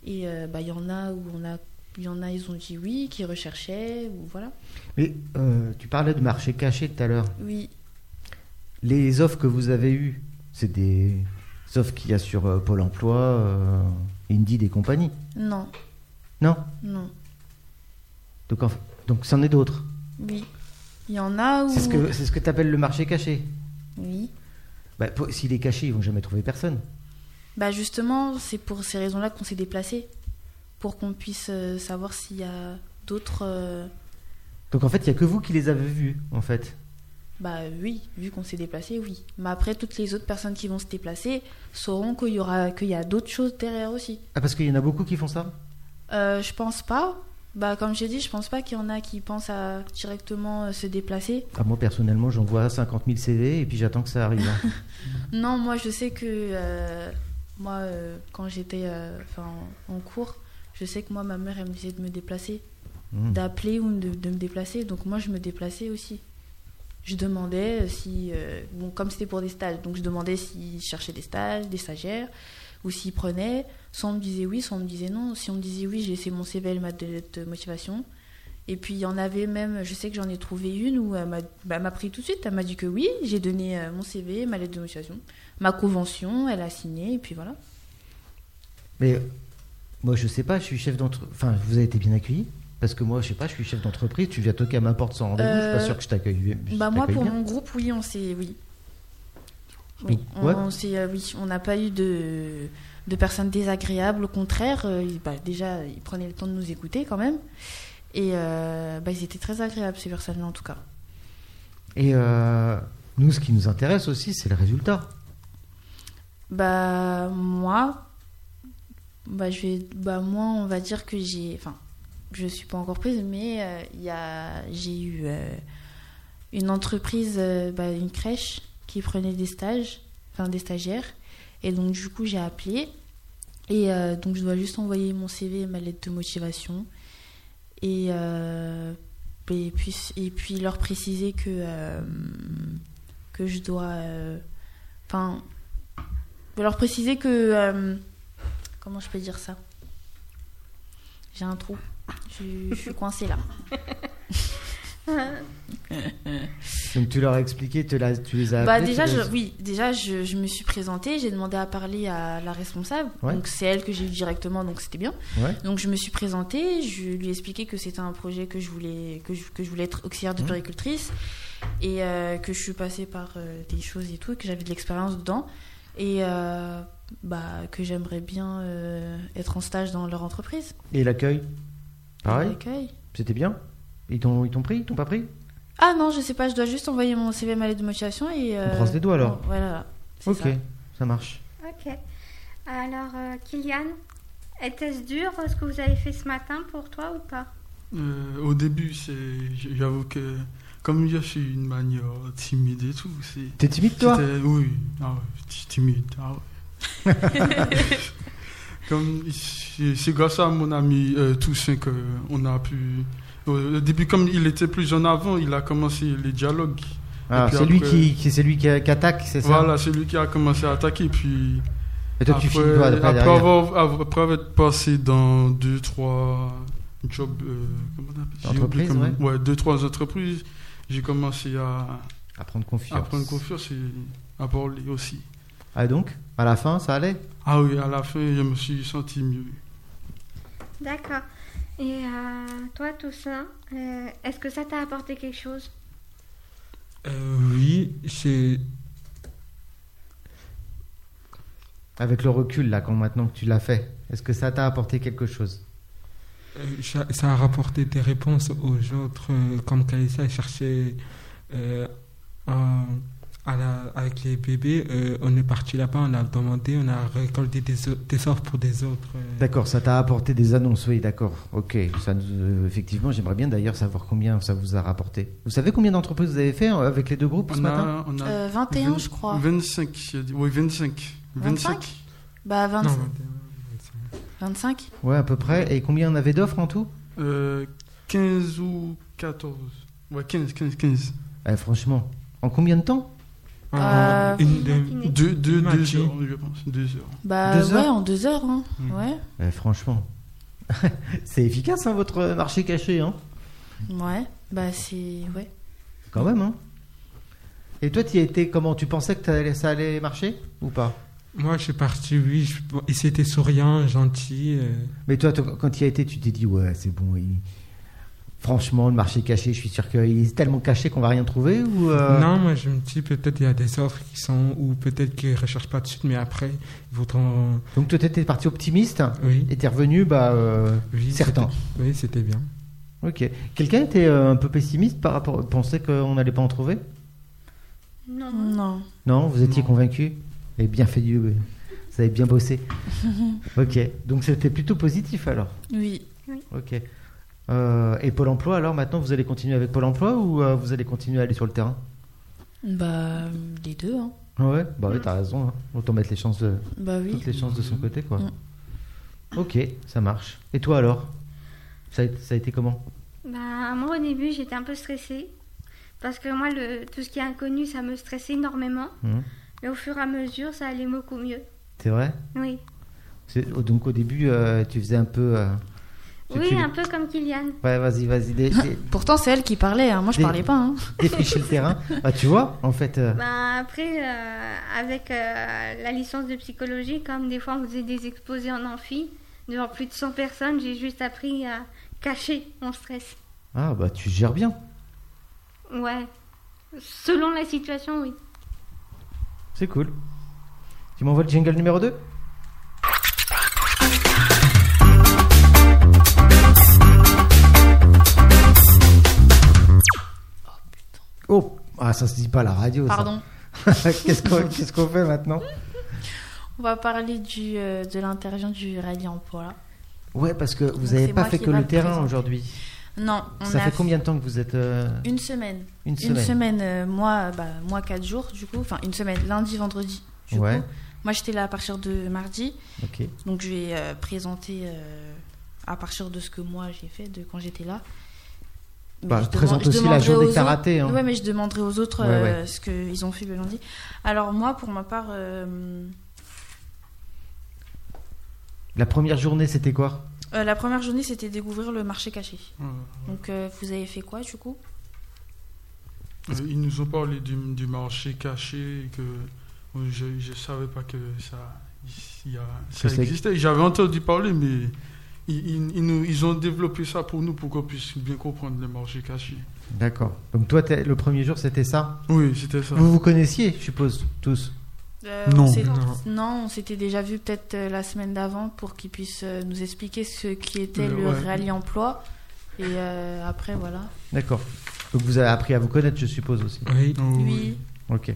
B: Et euh, bah il y en a où on a il y en a ils ont dit oui, qui recherchaient ou voilà.
A: Mais euh, tu parlais de marché caché tout à l'heure.
B: Oui.
A: Les offres que vous avez eues, c'est des offres qu'il y a sur euh, Pôle emploi, euh, Indeed et compagnie.
B: Non,
A: Non
B: non,
A: Donc, en- donc c'en est d'autres.
B: oui. Il y en a où.
A: C'est ce que c'est ce que t'appelles le marché caché.
B: Oui.
A: Bah, pour- S'il est caché, ils vont jamais trouver personne.
B: Bah justement, c'est pour ces raisons-là qu'on s'est déplacé. Pour qu'on puisse euh, savoir s'il y a d'autres. euh,
A: Donc en fait, il y a que vous qui les avez vus, en fait.
B: Bah oui, vu qu'on s'est déplacé, oui. Mais après, toutes les autres personnes qui vont se déplacer sauront qu'il y, aura... qu'il y a d'autres choses derrière aussi.
A: Ah, parce qu'il y en a beaucoup qui font ça
B: Euh, je pense pas. Bah comme j'ai dit, je pense pas qu'il y en a qui pensent à directement euh, se déplacer.
A: Ah, Moi, personnellement, j'envoie 50 000 CV et puis j'attends que ça arrive. hein.
B: Non, moi je sais que euh, moi euh, quand j'étais euh, enfin, en cours, je sais que moi ma mère elle me disait de me déplacer,
A: Mm.
B: d'appeler ou de, de me déplacer. Donc moi je me déplaçais aussi. Je demandais euh, si euh, bon comme c'était pour des stages, donc je demandais s'ils cherchaient des stages, des stagiaires ou s'ils prenaient. Soit on me disait oui, soit on me disait non. Si on me disait oui, j'ai laissé mon CV, elle m'a donné de motivation. Et puis il y en avait même, je sais que j'en ai trouvé une où elle m'a bah, elle m'a pris tout de suite. Elle m'a dit que oui, j'ai donné euh, mon CV, ma lettre de motivation, ma convention, elle a signé, et puis voilà.
A: Mais moi, je sais pas, je suis chef d'entreprise. Enfin, vous avez été bien accueilli Parce que moi, je sais pas, je suis chef d'entreprise, tu viens toquer à ma porte sans rendez-vous, je suis
B: Euh,
A: pas sûr que je t'accueille. je
B: bah moi
A: t'accueille
B: pour
A: bien.
B: mon groupe, oui, on s'est, oui, oui,
A: Donc,
B: on,
A: ouais.
B: on s'est, euh, oui, on n'a pas eu de de personnes désagréables. Au contraire, euh, ils- bah, déjà ils prenaient le temps de nous écouter quand même, et euh, bah, ils étaient très agréables ces personnes-là en tout cas.
A: Et euh, nous, ce qui nous intéresse aussi, c'est le résultat.
B: Bah moi, bah je vais, bah moi on va dire que j'ai, enfin, je suis pas encore prise, mais euh, il y a, j'ai eu euh, une entreprise, euh, bah, une crèche qui prenait des stages, enfin des stagiaires, et donc du coup j'ai appelé et euh, donc je dois juste envoyer mon CV et ma lettre de motivation et euh, et puis et puis leur préciser que euh, que je dois, euh, enfin vais leur préciser que. euh, comment je peux dire ça J'ai un trou. Je, je suis coincée là.
A: Donc tu leur as expliqué, tu, l'as- tu les as
B: Bah,
A: appelés,
B: déjà,
A: tu les-
B: je, oui, déjà je, je me suis présentée, j'ai demandé à parler à la responsable.
A: Ouais.
B: Donc c'est elle que j'ai eu directement, donc c'était bien.
A: Ouais.
B: Donc je me suis présentée, je lui ai expliqué que c'était un projet que je voulais, que je, que je voulais être auxiliaire de
A: Mhm.
B: péricultrice et euh, que je suis passée par euh, des choses et tout, et que j'avais de l'expérience dedans et euh, bah, que j'aimerais bien euh, être en stage dans leur entreprise.
A: Et l'accueil
B: Pareil.
A: Pareil C'était bien Ils t'ont ils t'ont pris Ils t'ont pas pris
B: Ah non, je sais pas, je dois juste envoyer mon CV ma lettre de motivation et. euh,
A: croise les doigts, alors.
B: bon, Voilà. c'est
A: Ok,
B: ça.
A: ça marche.
E: Ok. Alors, euh, Kylian, était-ce dur euh, ce que vous avez fait ce matin pour toi ou pas
C: Euh, au début, c'est, j- j'avoue que comme je suis une manière timide et tout, c'est.
A: T'es timide toi
C: c'était- Oui, ah ouais, je suis timide. ah ouais. comme c'est c'est grâce à mon ami euh, Toussaint que on a pu. Au début, comme il était plus en avant, il a commencé les dialogues.
A: Ah,
C: Et puis
A: C'est lui
C: après-
A: qui, qui- c'est lui qui, qui attaque, c'est ça
C: Voilà, c'est lui qui a commencé à attaquer. Puis
A: Et toi tu
C: après,
A: finis toi,
C: après
A: derrière.
C: avoir, av- après être passé dans deux, trois jobs, euh, comment on appelle j'ai oublié
A: Entreprises,
C: comment- ouais, deux, trois entreprises, j'ai commencé à,
A: À prendre confiance.
C: à prendre confiance et à parler aussi.
A: Ah donc, à la fin, ça allait
C: Ah oui, à la fin, je me suis senti mieux.
E: D'accord. Et euh, toi, Toussaint, euh, est-ce que ça t'a apporté quelque chose
D: Euh, oui, c'est
A: Avec le recul, là, quand maintenant que tu l'as fait, est-ce que ça t'a apporté quelque chose
D: euh, ça, ça a rapporté des réponses aux autres, euh, comme Kalissa cherchait euh, en- à la- avec les bébés. euh, on est parti là-bas, on a demandé, on a récolté des, o- des offres pour des autres. euh,
A: D'accord, ça t'a apporté des annonces, oui, d'accord. Ok, ça, nous- euh, effectivement, j'aimerais bien d'ailleurs savoir combien ça vous a rapporté. Vous savez combien d'entreprises vous avez fait euh, avec les deux groupes ce
C: On
A: matin
C: a, on a
B: Euh, 21,
C: vingt-
B: je crois.
C: 25, j'ai dit. oui, 25.
B: 25?
C: 25
B: Bah, 20
D: non,
B: 25
A: Ouais, à peu près. Et combien on avait d'offres en tout
C: euh, 15 ou 14 Ouais, 15, 15, 15.
A: Eh, Franchement, en combien de temps
D: en
B: Euh,
D: une demi-
E: Matinée.
C: Deux, deux, deux
D: Mathieu.
C: heures, je pense. Deux heures.
B: Bah,
A: Deux
B: ouais,
A: heures
B: en 2 heures, hein.
C: Mhm.
B: Ouais.
A: Eh, Franchement, c'est efficace, hein, votre marché caché, hein
B: Ouais. Bah, c'est. Ouais.
A: Quand même, hein Et toi, tu étais comment Tu pensais que t'allais- ça allait marcher ou pas
D: Moi, je suis parti, oui. je- bon, et c'était souriant, gentil. euh,
A: Mais toi, t- quand tu y as été, tu t'es dit, ouais, c'est bon. il- Franchement, le marché caché, je suis sûr qu'il est tellement caché qu'on va rien trouver ou euh,
D: Non, moi je me dis peut-être il y a des offres qui sont, ou peut-être qu'ils ne recherchent pas de suite, mais après, ils voudront.
A: Donc, toi, t'étais parti optimiste
D: Oui,
A: et t'es revenu, bah, euh,
D: oui.
A: certain.
D: c'était- Oui, c'était bien.
A: Ok. Quelqu'un était euh, un peu pessimiste par rapport, pensait qu'on n'allait pas en trouver
E: Non.
B: Non.
A: Non, vous étiez
D: Non.
A: convaincu Vous avez bien fait du, vous avez bien bossé. ok. Donc, c'était plutôt positif alors.
B: Oui.
A: Ok. Euh, et Pôle Emploi, alors maintenant, vous allez continuer avec Pôle Emploi ou euh, vous allez continuer à aller sur le terrain
B: Bah, les deux, hein.
A: Ah Ouais, bah ouais, t'as raison. hein. Autant mettre les chances, de-
B: Bah, oui.
A: toutes les chances de son côté, quoi.
B: Mm.
A: Ok, ça marche. Et toi alors ça a, été- ça a été comment
E: Bah, moi, au début, j'étais un peu stressée. Parce que moi, le, tout ce qui est inconnu, ça me stressait énormément.
A: Mhm.
E: Mais au fur et à mesure, ça allait beaucoup mieux.
A: C'est vrai
E: Oui.
A: C'est- oh, Donc au début, euh, tu faisais un peu. euh, tu-
E: Oui,
A: tu-
E: un peu comme Kylian.
A: Ouais, vas-y, vas-y, dé- dé-
B: Pourtant, c'est elle qui parlait, hein. Moi, je
A: Des-
B: parlais pas, hein.
A: défricher le terrain. Bah, tu vois, en fait. euh,
E: Bah, après, euh, avec euh, la licence de psychologie, comme des fois on faisait des exposés en amphi, devant plus de 100 personnes, j'ai juste appris à cacher mon stress.
A: Ah, bah, tu gères bien.
E: Ouais. Selon la situation, oui.
A: C'est cool. Tu m'envoies le jingle numéro Oh, 2 Oh, ah, ça se dit pas à la radio. ça.
B: Pardon.
A: Qu'est-ce qu'on qu'est-ce qu'on fait maintenant
B: On va parler du, euh, de l'intervient du rallye emploi.
A: Ouais, parce que vous
B: Donc,
A: n'avez
B: c'est
A: pas
B: moi
A: fait
B: qui
A: que
B: va
A: le
B: le
A: terrain
B: présenter.
A: aujourd'hui.
B: Non, on
A: Ça
B: a
A: fait combien de temps que vous êtes euh,
B: Une semaine.
A: une
B: Une
A: semaine.
B: semaine, euh, moi, bah, moi, quatre jours, du coup. Enfin, une semaine, lundi, vendredi. Du
A: Ouais.
B: coup. Moi, j'étais là à partir de mardi.
A: Ok.
B: Donc, je vais euh, présenter euh, à partir de ce que moi, j'ai fait, de quand j'étais là. Mais
A: Bah,
B: je
A: présente
B: demande- je
A: aussi la
B: demanderai
A: journée
B: aux
A: que t'as
B: autres-
A: ratée, hein.
B: Ouais, mais je demanderai aux autres
A: Ouais,
B: euh, ce qu'ils ont fait le lundi. Alors, moi, pour ma part, euh,
A: La première journée, c'était quoi
B: euh, la première journée, c'était découvrir le marché caché.
C: Voilà.
B: Donc, euh, vous avez fait quoi, du coup
C: Euh, Ils nous ont parlé du, du marché caché et que euh, je ne savais pas que ça, il y a- ça
A: c'est-
C: existait. J'avais entendu parler, mais ils, ils- ils nous- ils ont développé ça pour nous pour qu'on puisse bien comprendre le marché caché.
A: D'accord. Donc toi, t'es- le premier jour, c'était ça
C: Oui, c'était ça.
A: Vous vous connaissiez, je suppose, tous
B: Euh,
C: Non.
B: on s'est-
D: Non.
B: non, on s'était déjà vu peut-être euh, la semaine d'avant pour qu'il puisse euh, nous expliquer ce qui était
C: Euh,
B: le
C: ouais.
B: rallye emploi. Et euh, après, voilà.
A: D'accord. Donc vous avez appris à vous connaître, je suppose aussi.
D: Oui.
C: Oh,
B: Oui.
A: Ok.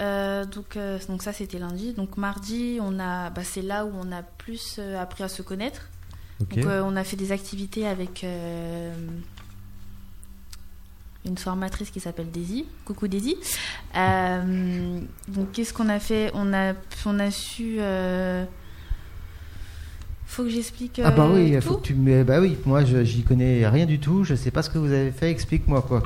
B: Euh, donc, euh, donc ça, c'était lundi. Donc mardi, on a, bah, c'est là où on a plus euh, appris à se connaître.
A: Ok.
B: Donc, euh, on a fait des activités avec euh, une formatrice qui s'appelle Daisy. Coucou Daisy. Euh, donc, qu'est-ce qu'on a fait on a, on a su. euh, faut que j'explique.
A: ah bah
B: euh,
A: oui, il
B: tout
A: faut que tu me. Bah oui, moi je- j'y connais rien du tout. Je sais pas ce que vous avez fait. Explique-moi quoi.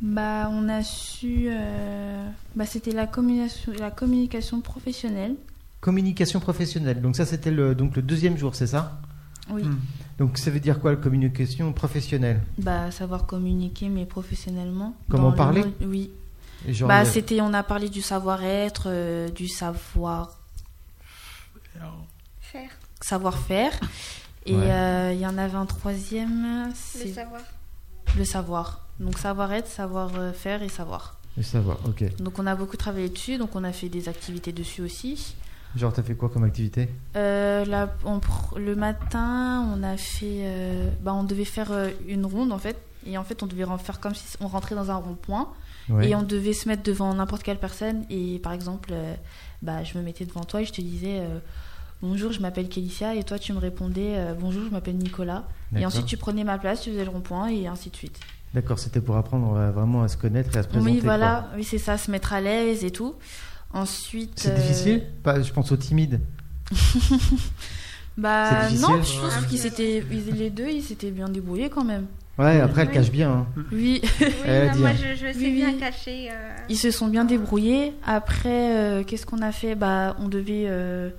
B: Bah, on a su. euh, bah, c'était la communication, la communication professionnelle.
A: Communication professionnelle. Donc ça c'était le donc le deuxième jour, c'est ça
B: Oui.
C: Hmm.
A: Donc ça veut dire quoi la communication professionnelle
B: Bah, savoir communiquer, mais professionnellement.
A: Comment
B: Dans le
A: parler
B: monde- Oui.
A: Genre,
B: Bah,
A: euh,
B: c'était, on a parlé du savoir-être, euh, du savoir,
E: Faire,
B: savoir-faire. Et
A: Ouais.
B: euh, il y en avait un troisième,
E: le
B: c'est
E: savoir.
B: le savoir. Donc savoir-être, savoir-faire et savoir.
A: le savoir. Ok.
B: Donc on a beaucoup travaillé dessus, donc on a fait des activités dessus aussi.
A: Genre t'as fait quoi comme activité
B: Euh, là, on pr- le matin, on a fait, euh, bah, on devait faire euh, une ronde en fait, et en fait on devait en faire comme si on rentrait dans un rond-point.
A: Ouais.
B: Et on devait se mettre devant n'importe quelle personne. Et par exemple, euh, bah, je me mettais devant toi et je te disais euh, Bonjour, je m'appelle Kélicia. Et toi, tu me répondais euh, Bonjour, je m'appelle Nicolas. Et
A: D'accord.
B: ensuite, tu prenais ma place, tu faisais le rond-point et ainsi de suite.
A: D'accord, c'était pour apprendre euh, vraiment à se connaître et à se présenter.
B: oui,
A: quoi.
B: voilà, oui, c'est ça, se mettre à l'aise et tout. Ensuite.
A: C'est
B: euh,
A: difficile Pas- Je pense aux timides.
B: Bah,
A: C'est
B: non,
A: difficile
B: je trouve qu'ils s'étaient. ils- Les deux, ils s'étaient bien débrouillés quand même.
A: Ouais, après elle
E: Oui.
A: cache bien. hein.
B: Oui.
E: Oui,
A: Elle
E: non,
A: dit,
E: moi
A: hein.
E: je, je sais
B: Oui,
E: bien
B: oui.
E: cacher. euh,
B: Ils se sont bien débrouillés. Après, euh, qu'est-ce qu'on a fait bah, On devait, euh,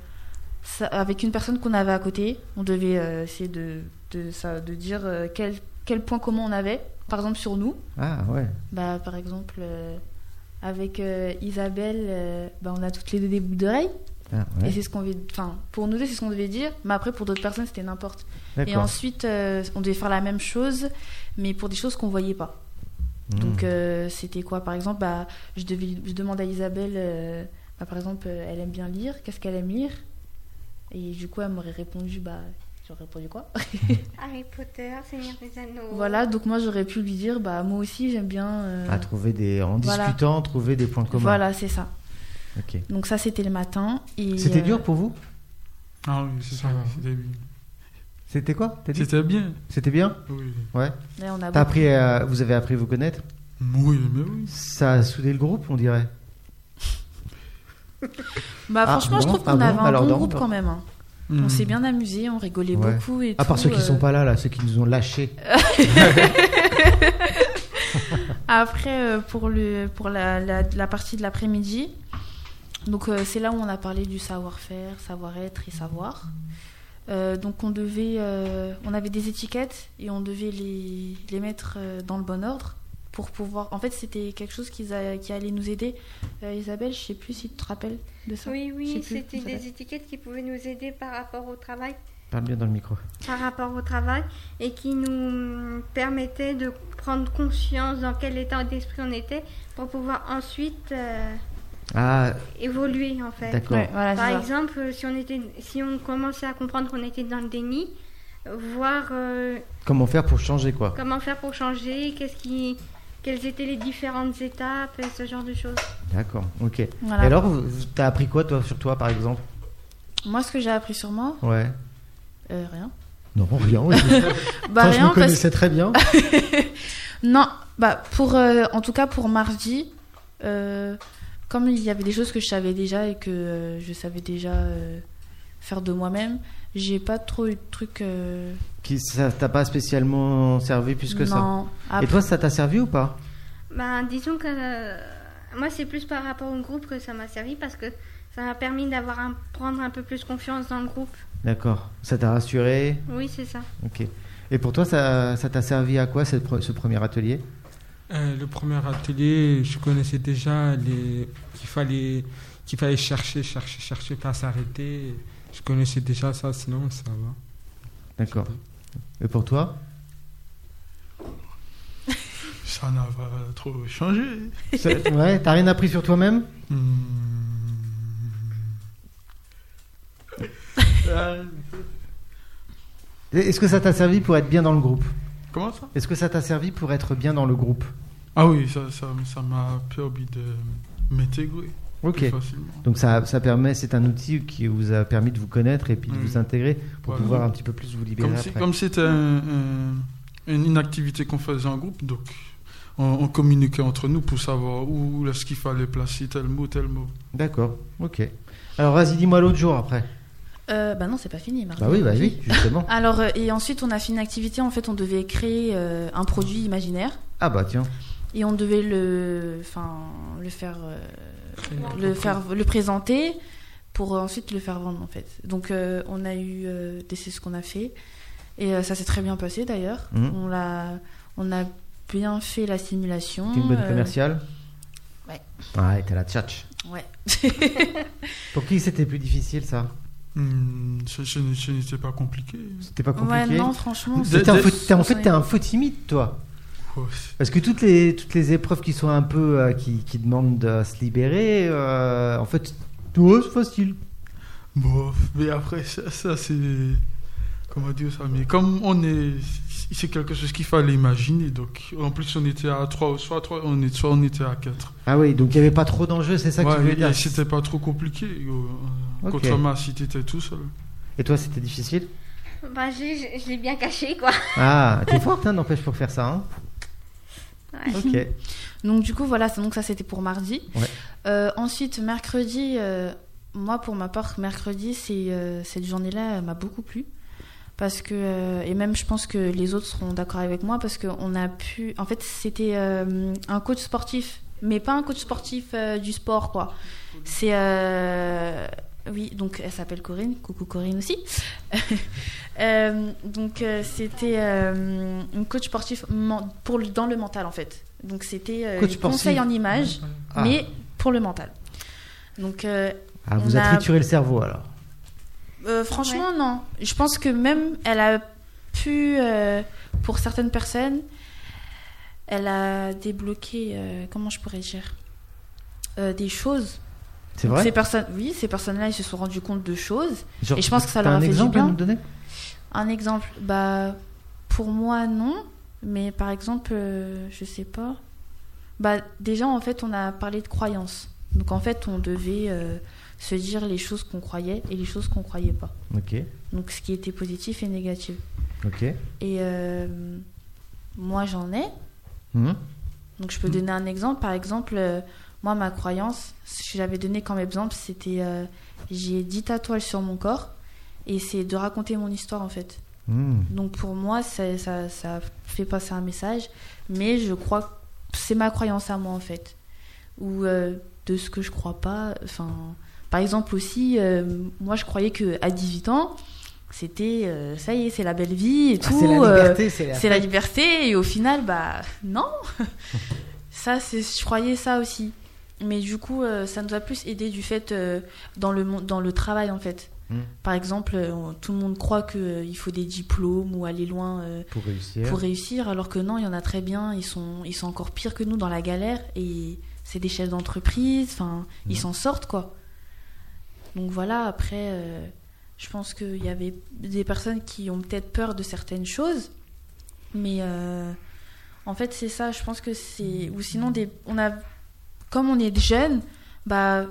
B: ça- avec une personne qu'on avait à côté, on devait euh, essayer de, de, ça, de dire euh, quel, quel point commun on avait. Par exemple, sur nous,
A: Ah ouais.
B: bah, par exemple, euh, avec euh, Isabelle, euh, bah, on a toutes les deux des boucles d'oreilles.
A: Ah,
B: Et
A: ouais.
B: c'est ce qu'on devait, enfin, pour nous deux, c'est ce qu'on devait dire. Mais après, pour d'autres personnes, c'était n'importe. Et
A: D'accord.
B: ensuite, euh, on devait faire la même chose, mais pour des choses qu'on voyait pas.
A: Hmm.
B: Donc euh, c'était quoi par exemple bah, je, devais, je demande à Isabelle, euh, bah, par exemple, euh, elle aime bien lire, qu'est-ce qu'elle aime lire Et du coup, elle m'aurait répondu, bah, j'aurais répondu quoi
E: Harry Potter, Seigneur des Anneaux.
B: Voilà, donc moi j'aurais pu lui dire, bah, moi aussi j'aime bien. euh,
A: À trouver des en
B: Voilà.
A: discutant, trouver des points communs.
B: voilà, c'est ça.
A: Ok.
B: Donc ça c'était le matin. et,
A: C'était
B: euh,
A: dur pour vous
C: Ah oui, c'est
D: Ça
C: ça.
D: va.
C: C'était bien.
A: C'était quoi T'as dit
C: C'était bien.
A: C'était bien
C: Oui.
A: Ouais.
B: ouais, on a
A: T'as appris à- Vous avez appris à vous connaître
C: Oui, mais oui.
A: Ça a soudé le groupe, on dirait.
B: Bah,
A: Ah,
B: franchement, je
A: bon,
B: trouve
A: ah
B: qu'on
A: bon,
B: avait un
A: alors
B: bon
A: non,
B: groupe
A: non.
B: quand même. hein.
C: Hmm.
B: On s'est bien amusé, on rigolait
A: Hmm. Ouais.
B: beaucoup. Et
A: À part
B: tout,
A: ceux qui
B: euh,
A: sont pas là, là, ceux qui nous ont lâchés.
B: Après, euh, pour, le, pour la, la- la partie de l'après-midi, donc euh, c'est là où on a parlé du savoir-faire, savoir-être et savoir. Euh, donc on devait, euh, on avait des étiquettes et on devait les, les mettre euh, dans le bon ordre pour pouvoir. En fait, c'était quelque chose qui, qui allait nous aider. Euh, Isabelle, je sais plus si tu te rappelles de ça.
E: Oui,
B: Je sais
E: oui,
B: plus
E: c'était
B: comment ça
E: des étiquettes qui pouvaient nous aider par rapport au travail,
A: Parle bien dans le micro.
E: par rapport au travail, et qui nous mm, permettaient de prendre conscience dans quel état d'esprit on était pour pouvoir ensuite euh,
A: Ah,
E: évoluer en fait.
A: d'accord.
B: Ouais, voilà,
E: Par
B: c'est ça.
E: exemple, euh, si on était, si on commençait à comprendre qu'on était dans le déni, euh, voir euh,
A: Comment faire pour changer, quoi
E: comment faire pour changer, qu'est-ce qui, quelles étaient les différentes étapes, et ce genre de choses.
A: D'accord, ok.
B: Voilà.
A: Et alors, vous- vous- t'as appris quoi, toi, sur toi, par exemple
B: Moi, ce que j'ai appris sur moi,
A: Ouais.
B: euh, rien.
A: Non, rien. oui.
B: Bah
A: Enfin, je
B: rien
A: me
B: parce
A: connaissais très bien.
B: Non, bah pour euh, en tout cas pour mardi, euh, comme il y avait des choses que je savais déjà et que euh, je savais déjà euh, faire de moi-même, j'ai pas trop eu de trucs. euh,
A: Qui, ça t'a pas spécialement servi plus que ça.
B: non.
A: Et
B: Après-
A: toi, ça t'a servi ou pas
E: Ben, disons que euh, moi, c'est plus par rapport au groupe que ça m'a servi parce que ça m'a permis d'avoir un, prendre un peu plus confiance dans le groupe.
A: D'accord. Ça t'a rassuré
E: Oui, c'est ça.
A: Ok. Et pour toi, ça ça t'a servi à quoi cette pre- ce premier atelier
D: Euh, le premier atelier, je connaissais déjà les... qu'il fallait qu'il fallait chercher, chercher, chercher, pas s'arrêter. Je connaissais déjà ça, sinon ça va.
A: D'accord. Et pour toi
C: ça n'a pas trop changé.
A: C'est- Ouais, t'as rien appris sur toi-même
C: Hmm. Euh,
A: Et Est-ce que ça t'a servi pour être bien dans le groupe
C: Comment ça
A: Est-ce que ça t'a servi pour être bien dans le groupe
C: Ah oui, ça ça ça m'a permis de m'intégrer
A: Ok.
C: plus facilement.
A: Donc ça, ça permet, c'est un outil qui vous a permis de vous connaître et puis de
C: Mm.
A: vous intégrer pour
C: Voilà.
A: pouvoir un petit peu plus vous libérer
C: Comme si-
A: après.
C: comme c'était un- un- une inactivité qu'on faisait en groupe, donc on, on communiquait entre nous pour savoir où est-ce qu'il fallait placer tel mot, tel mot.
A: D'accord, ok. Alors vas-y, dis-moi l'autre jour après.
B: Euh, bah non, c'est pas fini. Mardi.
A: Bah oui, bah oui, justement.
B: Alors, euh, et ensuite, on a fait une activité. En fait, on devait créer euh, un produit imaginaire
A: Ah bah tiens,
B: et on devait le, enfin, le faire, euh, le faire, le présenter pour euh, ensuite le faire vendre en fait. Donc, euh, on a eu, euh, des- c'est ce qu'on a fait et euh, ça s'est très bien passé d'ailleurs.
A: Mhm.
B: On l'a, on a bien fait la simulation.
A: t'es une bonne
B: euh,
A: commerciale
B: ouais.
A: Ouais, t'es la tchatch.
B: Ouais.
A: Pour qui c'était plus difficile ça
C: Hmm, ce- ce n- ce n'était pas compliqué.
A: C'était pas
B: ouais,
A: compliqué
B: non, franchement.
A: T'étais un
C: De- de-
A: faux- t'es- En fait,
B: Ouais.
A: t'es un faux timide toi.
C: Oh,
A: Parce que toutes les, toutes les épreuves qui sont un peu. euh, qui, qui demandent de se libérer, euh, en fait, tout c'est facile.
C: Bof, mais après, ça, ça, c'est. Comment dire ça Mais comme on est. C'est quelque chose qu'il fallait imaginer. Donc, en plus, on était à 3, soit à 3, on est, soit on était à 4.
A: Ah oui, donc il n'y avait pas trop d'enjeux, c'est ça que tu voulais dire
C: c'était pas trop compliqué. euh,
A: Ok.
C: Contrairement à si t'étais tout seul.
A: Et toi, c'était difficile
E: Bah, j'ai- j'ai- je l'ai bien caché, quoi.
A: Ah, t'es forte, hein, n'empêche, pour faire ça. hein.
E: Ouais.
A: Ok.
B: Donc du coup voilà, c'est- donc ça c'était pour mardi.
A: Ouais.
B: Euh, ensuite mercredi, euh, moi pour ma part mercredi c'est euh, cette journée-là elle m'a beaucoup plu parce que euh, et même je pense que les autres seront d'accord avec moi parce qu'on a pu en fait c'était euh, un coach sportif mais pas un coach sportif euh, du sport quoi. C'est euh, oui donc elle s'appelle Corinne, coucou Corinne aussi. Euh, donc euh, c'était euh, une coach sportif men- pour le- dans le mental en fait. Donc c'était euh,
A: Coach
B: des
A: sportif.
B: conseils en images,
A: Ah.
B: mais pour le mental. Donc euh,
A: Ah,
B: On
A: vous a
B: a-
A: trituré le cerveau alors.
B: euh, franchement non, je pense que même elle a pu euh, pour certaines personnes, elle a débloqué euh, comment je pourrais dire euh, des choses.
A: C'est
B: Donc, ces
A: vrai
B: personnes, oui, ces personnes-là, ils se sont rendus compte de choses.
A: Genre,
B: et je pense que ça
A: t'as
B: leur a
A: un
B: fait du
A: exemple à
B: bien.
A: nous donner
B: Un exemple, bah pour moi non, mais par exemple, euh, je sais pas. Bah déjà en fait, on a parlé de croyances. Donc en fait, on devait euh, se dire les choses qu'on croyait et les choses qu'on croyait pas.
A: Ok,
B: Donc ce qui était positif et négatif.
A: ok.
B: Et euh, moi j'en ai.
A: Mhm.
B: Donc je peux donner un exemple. Par exemple, euh, moi ma croyance, je l'avais donné comme exemple, c'était euh, j'ai 10 tatouages sur mon corps et c'est de raconter mon histoire en fait.
A: Mhm.
B: Donc pour moi, ça, ça, ça fait passer un message, mais je crois que c'est ma croyance à moi en fait, ou euh, de ce que je crois pas. Enfin, par exemple aussi, euh, moi je croyais que à 18 ans, c'était euh, ça y est, c'est la belle vie et
A: Ah,
B: tout.
A: c'est la
B: euh,
A: liberté, c'est la.
B: c'est la liberté et au final bah non ça c'est je croyais ça aussi mais du coup euh, ça nous a plus aidé du fait euh, dans le mon- dans le travail en fait
A: Mm.
B: par exemple euh, on- tout le monde croit que euh, il faut des diplômes ou aller loin euh,
A: Pour réussir.
B: pour réussir alors que non il y en a très bien ils sont ils sont encore pires que nous dans la galère et c'est des chefs d'entreprise enfin
A: Mm.
B: ils s'en sortent quoi donc voilà après euh, je pense qu'il y avait des personnes qui ont peut-être peur de certaines choses mais euh, en fait, c'est ça. Je pense que c'est ou sinon des. On a comme on est jeune, bah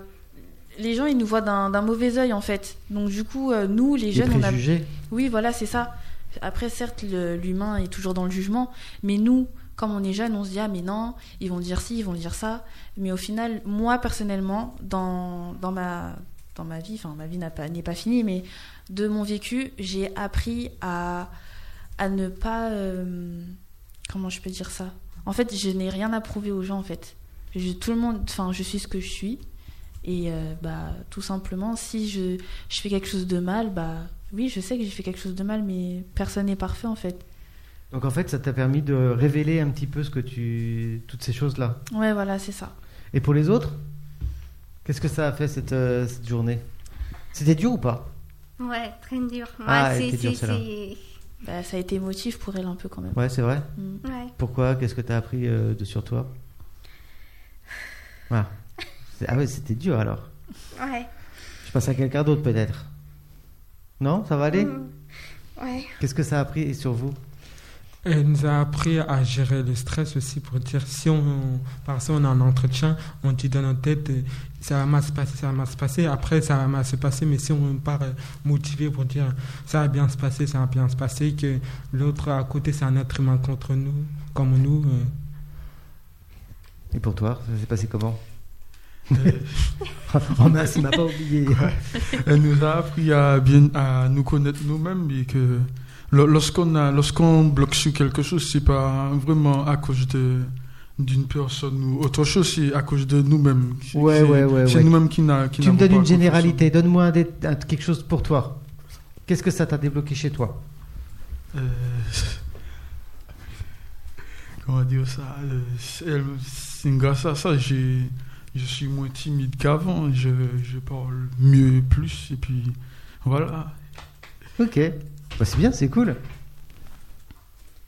B: les gens ils nous voient d'un d'un mauvais œil en fait. Donc du coup, euh, nous les
A: Les
B: jeunes, on a.
A: préjugés.
B: Oui, voilà, c'est ça. Après, certes, le- l'humain est toujours dans le jugement, mais nous, comme on est jeune, on se dit ah mais non, ils vont dire ci, ils vont dire ça. Mais au final, moi personnellement, dans dans ma dans ma vie, enfin ma vie n'a pas n'est pas finie, mais de mon vécu, j'ai appris à à ne pas euh, comment je peux dire ça. En fait, je n'ai rien à prouver aux gens en fait. Je, tout le monde, enfin, je suis ce que je suis. Et euh, bah, tout simplement, si je, je fais quelque chose de mal, bah oui, je sais que j'ai fait quelque chose de mal, mais personne n'est parfait en fait.
A: Donc en fait, ça t'a permis de révéler un petit peu ce que tu. toutes ces choses-là.
B: Ouais, voilà, c'est ça.
A: Et pour les autres Qu'est-ce que ça a fait cette, euh, cette journée C'était dur ou pas
E: Ouais, très dur. Moi,
A: Ah, elle
E: c'est-
A: était dure,
E: c'est-
A: celle-là.
E: c'est-
B: bah, ça a été motif pour elle un peu quand même.
A: Ouais, c'est vrai.
B: Mm.
E: Ouais.
A: Pourquoi Qu'est-ce que tu as appris euh, de sur toi Voilà. C'est- Ah ouais, c'était dur alors.
E: Ouais.
A: Je passe à quelqu'un d'autre peut-être. Non, ça va aller
E: Mm. Ouais.
A: Qu'est-ce que ça a appris sur vous
D: Elle nous a appris à gérer le stress aussi pour dire si on, par exemple, on a un entretien, on dit dans notre tête euh, ça va mal se passer, ça va mal se passer, après ça va mal se passer, mais si on part euh, motivé pour dire ça va bien se passer, ça va bien se passer, que l'autre à côté c'est un être humain contre nous, comme nous. euh,
A: Et pour toi, ça s'est passé comment
C: Euh,
A: Oh mince, il m'a pas oublié.
C: Elle nous a appris à bien à nous connaître nous-mêmes et que lo- lorsqu'on a- lorsqu'on bloque sur quelque chose, c'est pas vraiment à cause de d'une personne ou autre chose, c'est à cause de nous-mêmes. C'est-
A: Ouais,
C: c'est-
A: ouais, ouais,
C: C'est
A: ouais.
C: nous-mêmes qui n'a qui
A: tu me
C: n'avons
A: donnes
C: pas
A: une
C: confiance en nous.
A: généralité, donne-moi un dé- un- quelque chose pour toi. Qu'est-ce que ça t'a débloqué chez toi
C: Euh, Comment dire ça euh, c'est- elle- c'est Grâce à ça, j'ai- je suis moins timide qu'avant. Je, je parle mieux et plus. Et puis, voilà.
A: Ok, Bah, c'est bien, c'est cool.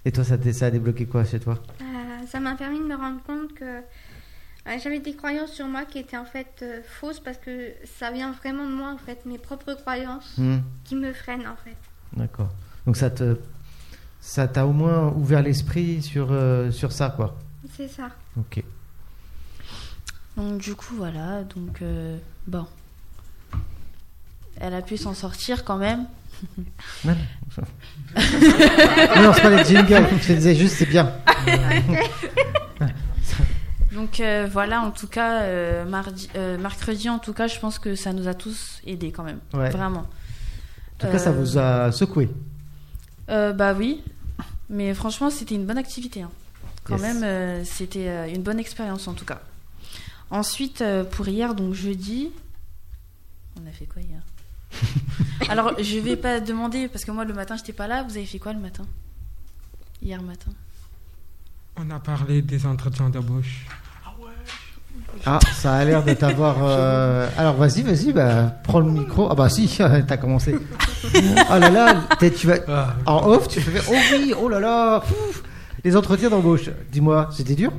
A: Et toi, ça, t'a- ça a débloqué quoi chez toi
E: Euh, ça m'a permis de me rendre compte que euh, j'avais des croyances sur moi qui étaient en fait euh, fausses parce que ça vient vraiment de moi en fait, mes propres croyances
A: Hmm,
E: qui me freinent en fait.
A: D'accord. Donc ça te, ça t'a au moins ouvert l'esprit sur euh, sur ça, quoi.
E: C'est ça.
A: Ok.
B: Donc du coup voilà, donc euh, bon. Elle a pu s'en sortir quand même.
A: Non, non, c'est pas les jingles. Je te disais juste, c'est bien.
B: Donc euh, voilà, en tout cas, euh, mardi, euh, mercredi, en tout cas, je pense que ça nous a tous aidés quand même.
A: Ouais.
B: Vraiment.
A: En tout cas, ça vous a secoué.
B: Euh, bah oui, mais franchement, c'était une bonne activité. hein. Quand
A: Yes.
B: même, euh, c'était euh, une bonne expérience en tout cas. Ensuite, euh, pour hier, donc jeudi, on a fait quoi hier Alors, je vais pas demander parce que moi le matin, j'étais pas là. Vous avez fait quoi le matin Hier matin.
D: on a parlé des entretiens d'embauche.
A: Ah, ça a l'air de t'avoir. euh, Alors, vas-y, vas-y, bah, prends le micro. Ah, bah, si, t'as commencé. Oh là là, t'es- tu vas.
C: Ah,
A: En off, tu fais. Oh oui, oh là là. pouf. Les entretiens d'embauche. Dis-moi, c'était dur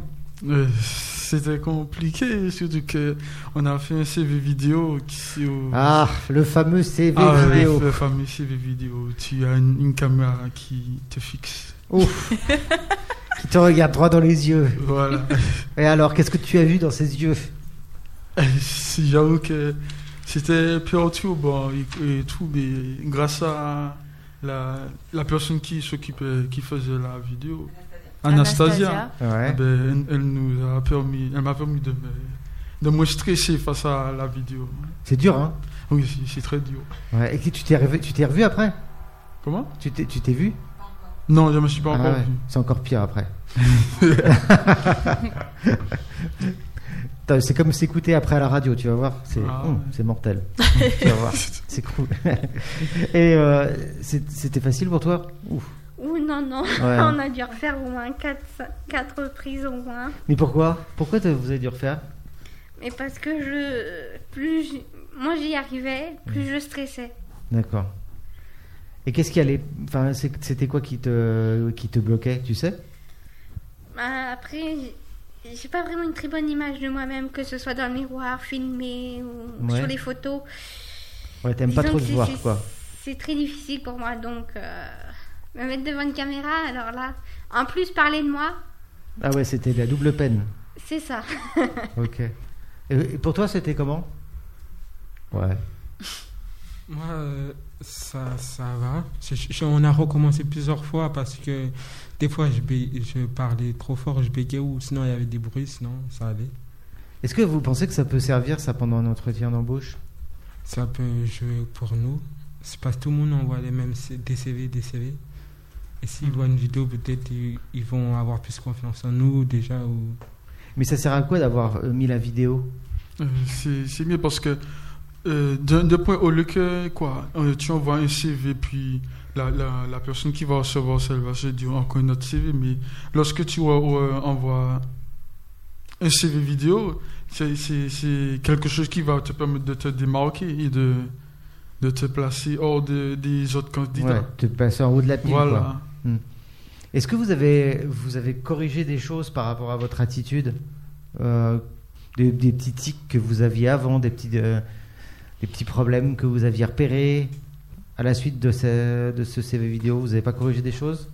C: euh, C'était compliqué. Surtout qu'on a fait un CV vidéo. Qui, c'est au-
A: Ah, le fameux CV
C: Ah, ouais,
A: vidéo.
C: le fameux CV vidéo. Tu as une, une caméra qui te fixe.
A: Ouf. Qui te regarde droit dans les yeux.
C: Voilà.
A: Et alors, qu'est-ce que tu as vu dans ses yeux
C: Si, J'avoue que c'était perturbant et, et tout, mais grâce à la, la personne qui s'occupait, qui faisait la vidéo, Anastasia, eh
A: Ouais.
C: ben, elle, elle nous a permis, elle m'a permis de me, de me stresser face à la vidéo.
A: C'est dur, hein
C: Oui, c'est- c'est très dur.
A: ouais. Et qui- tu t'es revu, tu t'es revu après
C: Comment
A: Tu t'es tu t'es vu
C: Non, je me suis pas
A: Ah
C: encore
A: ouais,
C: vu.
A: C'est encore pire après. Putain, c'est comme s'écouter après à la radio, tu vas voir. C'est
C: Ah
A: hum,
C: ouais.
A: c'est mortel. tu vas voir. C'est cool. Et euh, c'est- c'était facile pour toi Ouf.
E: Ou non, non,
A: Ouais.
E: on a dû refaire au moins 4, reprises au moins.
A: Mais pourquoi Pourquoi t'as- vous avez dû refaire
E: Mais parce que je. Plus. j'- Moi j'y arrivais,
A: Mm.
E: plus je stressais.
A: D'accord. Et qu'est-ce qui allait Enfin, c'est- c'était quoi qui te qui te bloquait Tu sais
E: Bah, après, j'- j'ai pas vraiment une très bonne image de moi-même, que ce soit dans le miroir, filmé ou
A: Ouais.
E: sur les photos.
A: Ouais, t'aimes pas
E: Disons
A: trop
E: que
A: te
E: c'est-
A: voir,
E: c'est-
A: quoi.
E: C'est très difficile pour moi, donc euh, me mettre devant une caméra, alors là, en plus parler de moi,
A: Ah ouais, c'était la double peine.
E: c'est ça.
A: Ok. Et, et pour toi, c'était comment Ouais.
D: Moi, euh, ça, ça va. Je- je- on a recommencé plusieurs fois parce que des fois, je, bé- je parlais trop fort, je bégayais ou sinon il y avait des bruits, sinon ça allait.
A: Est-ce que vous pensez que ça peut servir ça pendant un entretien d'embauche
D: Ça peut jouer pour nous. C'est parce que tout le monde envoie les mêmes C- des CV, des CV. Et s'ils
A: Mhm.
D: voient une vidéo, peut-être ils, ils vont avoir plus confiance en nous déjà. Ou...
A: Mais ça sert à quoi d'avoir euh, mis la vidéo
C: Euh, C'est c'est mieux parce que euh, d'un d'un point au lieu que quoi, euh, tu envoies un CV puis la, la, la personne qui va recevoir ça elle va se dire encore un autre CV mais lorsque tu vois, euh, envoies un CV vidéo c'est- c'est c'est quelque chose qui va te permettre de te démarquer et de de te placer hors de- des autres
A: Ouais,
C: candidats.
A: de passer en haut de la pile. quoi.
C: voilà.
A: Est-ce que vous avez, vous avez corrigé des choses par rapport à votre attitude Euh, des, des petits tics que vous aviez avant, des petits, euh, des petits problèmes que vous aviez repérés à la suite de ce, de ce CV vidéo Vous n'avez pas corrigé des choses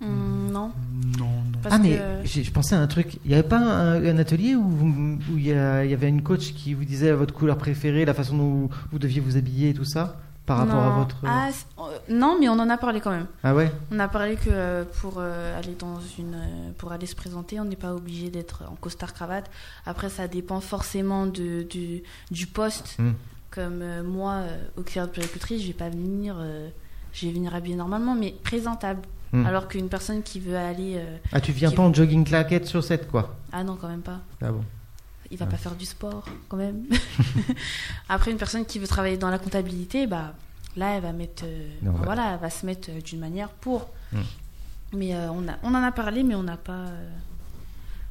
B: Hum, non.
C: Non, non.
B: Parce
A: Hmm. Ah, mais
B: que-
A: j'ai- je pensais à un truc. Il n'y avait pas un, un atelier où vous- où il y, a- il y avait une coach qui vous disait votre couleur préférée, la façon dont vous deviez vous habiller et tout ça par rapport à
B: Non.
A: votre.
B: Ah, c'est- euh, non, mais on en a parlé quand même.
A: Ah ouais
B: On a parlé que euh, pour euh, aller dans une, euh, pour aller se présenter, on n'est pas obligé d'être en costard cravate. Après, ça dépend forcément de, du, du poste.
A: Mm.
B: Comme euh, moi, euh, auxiliaire de puéricultrice, je vais pas venir, euh, je vais venir habillée normalement, mais présentable.
A: Mm.
B: Alors qu'une personne qui veut aller, euh,
A: Ah, tu viens
B: Qui-
A: pas en jogging claquette sur cette quoi
B: ah non, quand même pas.
A: Ah bon
B: Il va
A: Ouais.
B: pas faire du sport quand même. Après, une personne qui veut travailler dans la comptabilité, bah là, elle va mettre, euh,
A: Non, bah-
B: voilà, elle va se mettre euh, d'une manière pour.
A: Hmm.
B: Mais euh, on a, on en a parlé, mais on n'a pas. euh,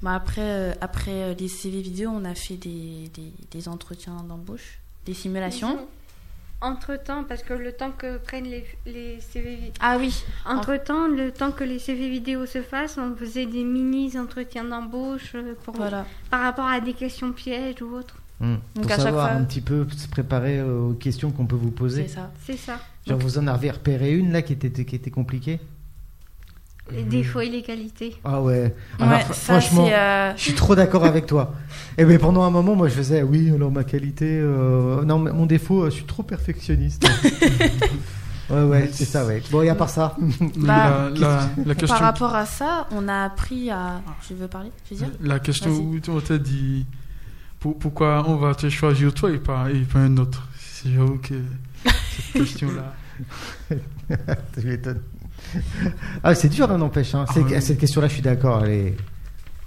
B: bah, après, euh, après euh, les CV vidéo, on a fait des, des, des entretiens d'embauche, des simulations.
E: Entre temps, parce que le temps que prennent les, les CV vi-
B: Ah oui,
E: Entre temps, le temps que les CV vidéo se fassent, on faisait des mini entretiens d'embauche euh, pour
B: voilà.
E: par rapport à des questions pièges ou autre.
A: Hmm.
B: Donc
A: Pour
B: à chaque
A: savoir
B: fois-
A: un petit peu se préparer aux questions qu'on peut vous poser.
B: C'est ça.
E: C'est ça.
A: Genre vous en avez repéré une là qui était, qui était compliquée
E: Les
A: Mmh.
E: défauts et les qualités.
A: Ah ouais.
B: Ouais,
A: Alors, fr-
B: ça,
A: franchement,
B: c'est. euh,
A: je suis trop d'accord avec toi. Et mais pendant un moment, moi je faisais oui alors ma qualité, euh, non mais mon défaut, euh, je suis trop perfectionniste. ouais ouais, c'est ça ouais. Bon et à part ça,
B: Bah,
C: la, la- la
B: Par
C: question,
B: rapport à ça, on a appris à. Je veux parler, je veux dire
C: la question
B: Vas-y.
C: où on t'a dit pour- pourquoi on va te choisir toi et pas, et pas un autre. C'est- J'avoue que cette question-là.
A: tu m'étonnes. Ah c'est dur hein, n'empêche. hein. C'est-
C: Ah oui.
A: Cette question là, je suis d'accord, elle est,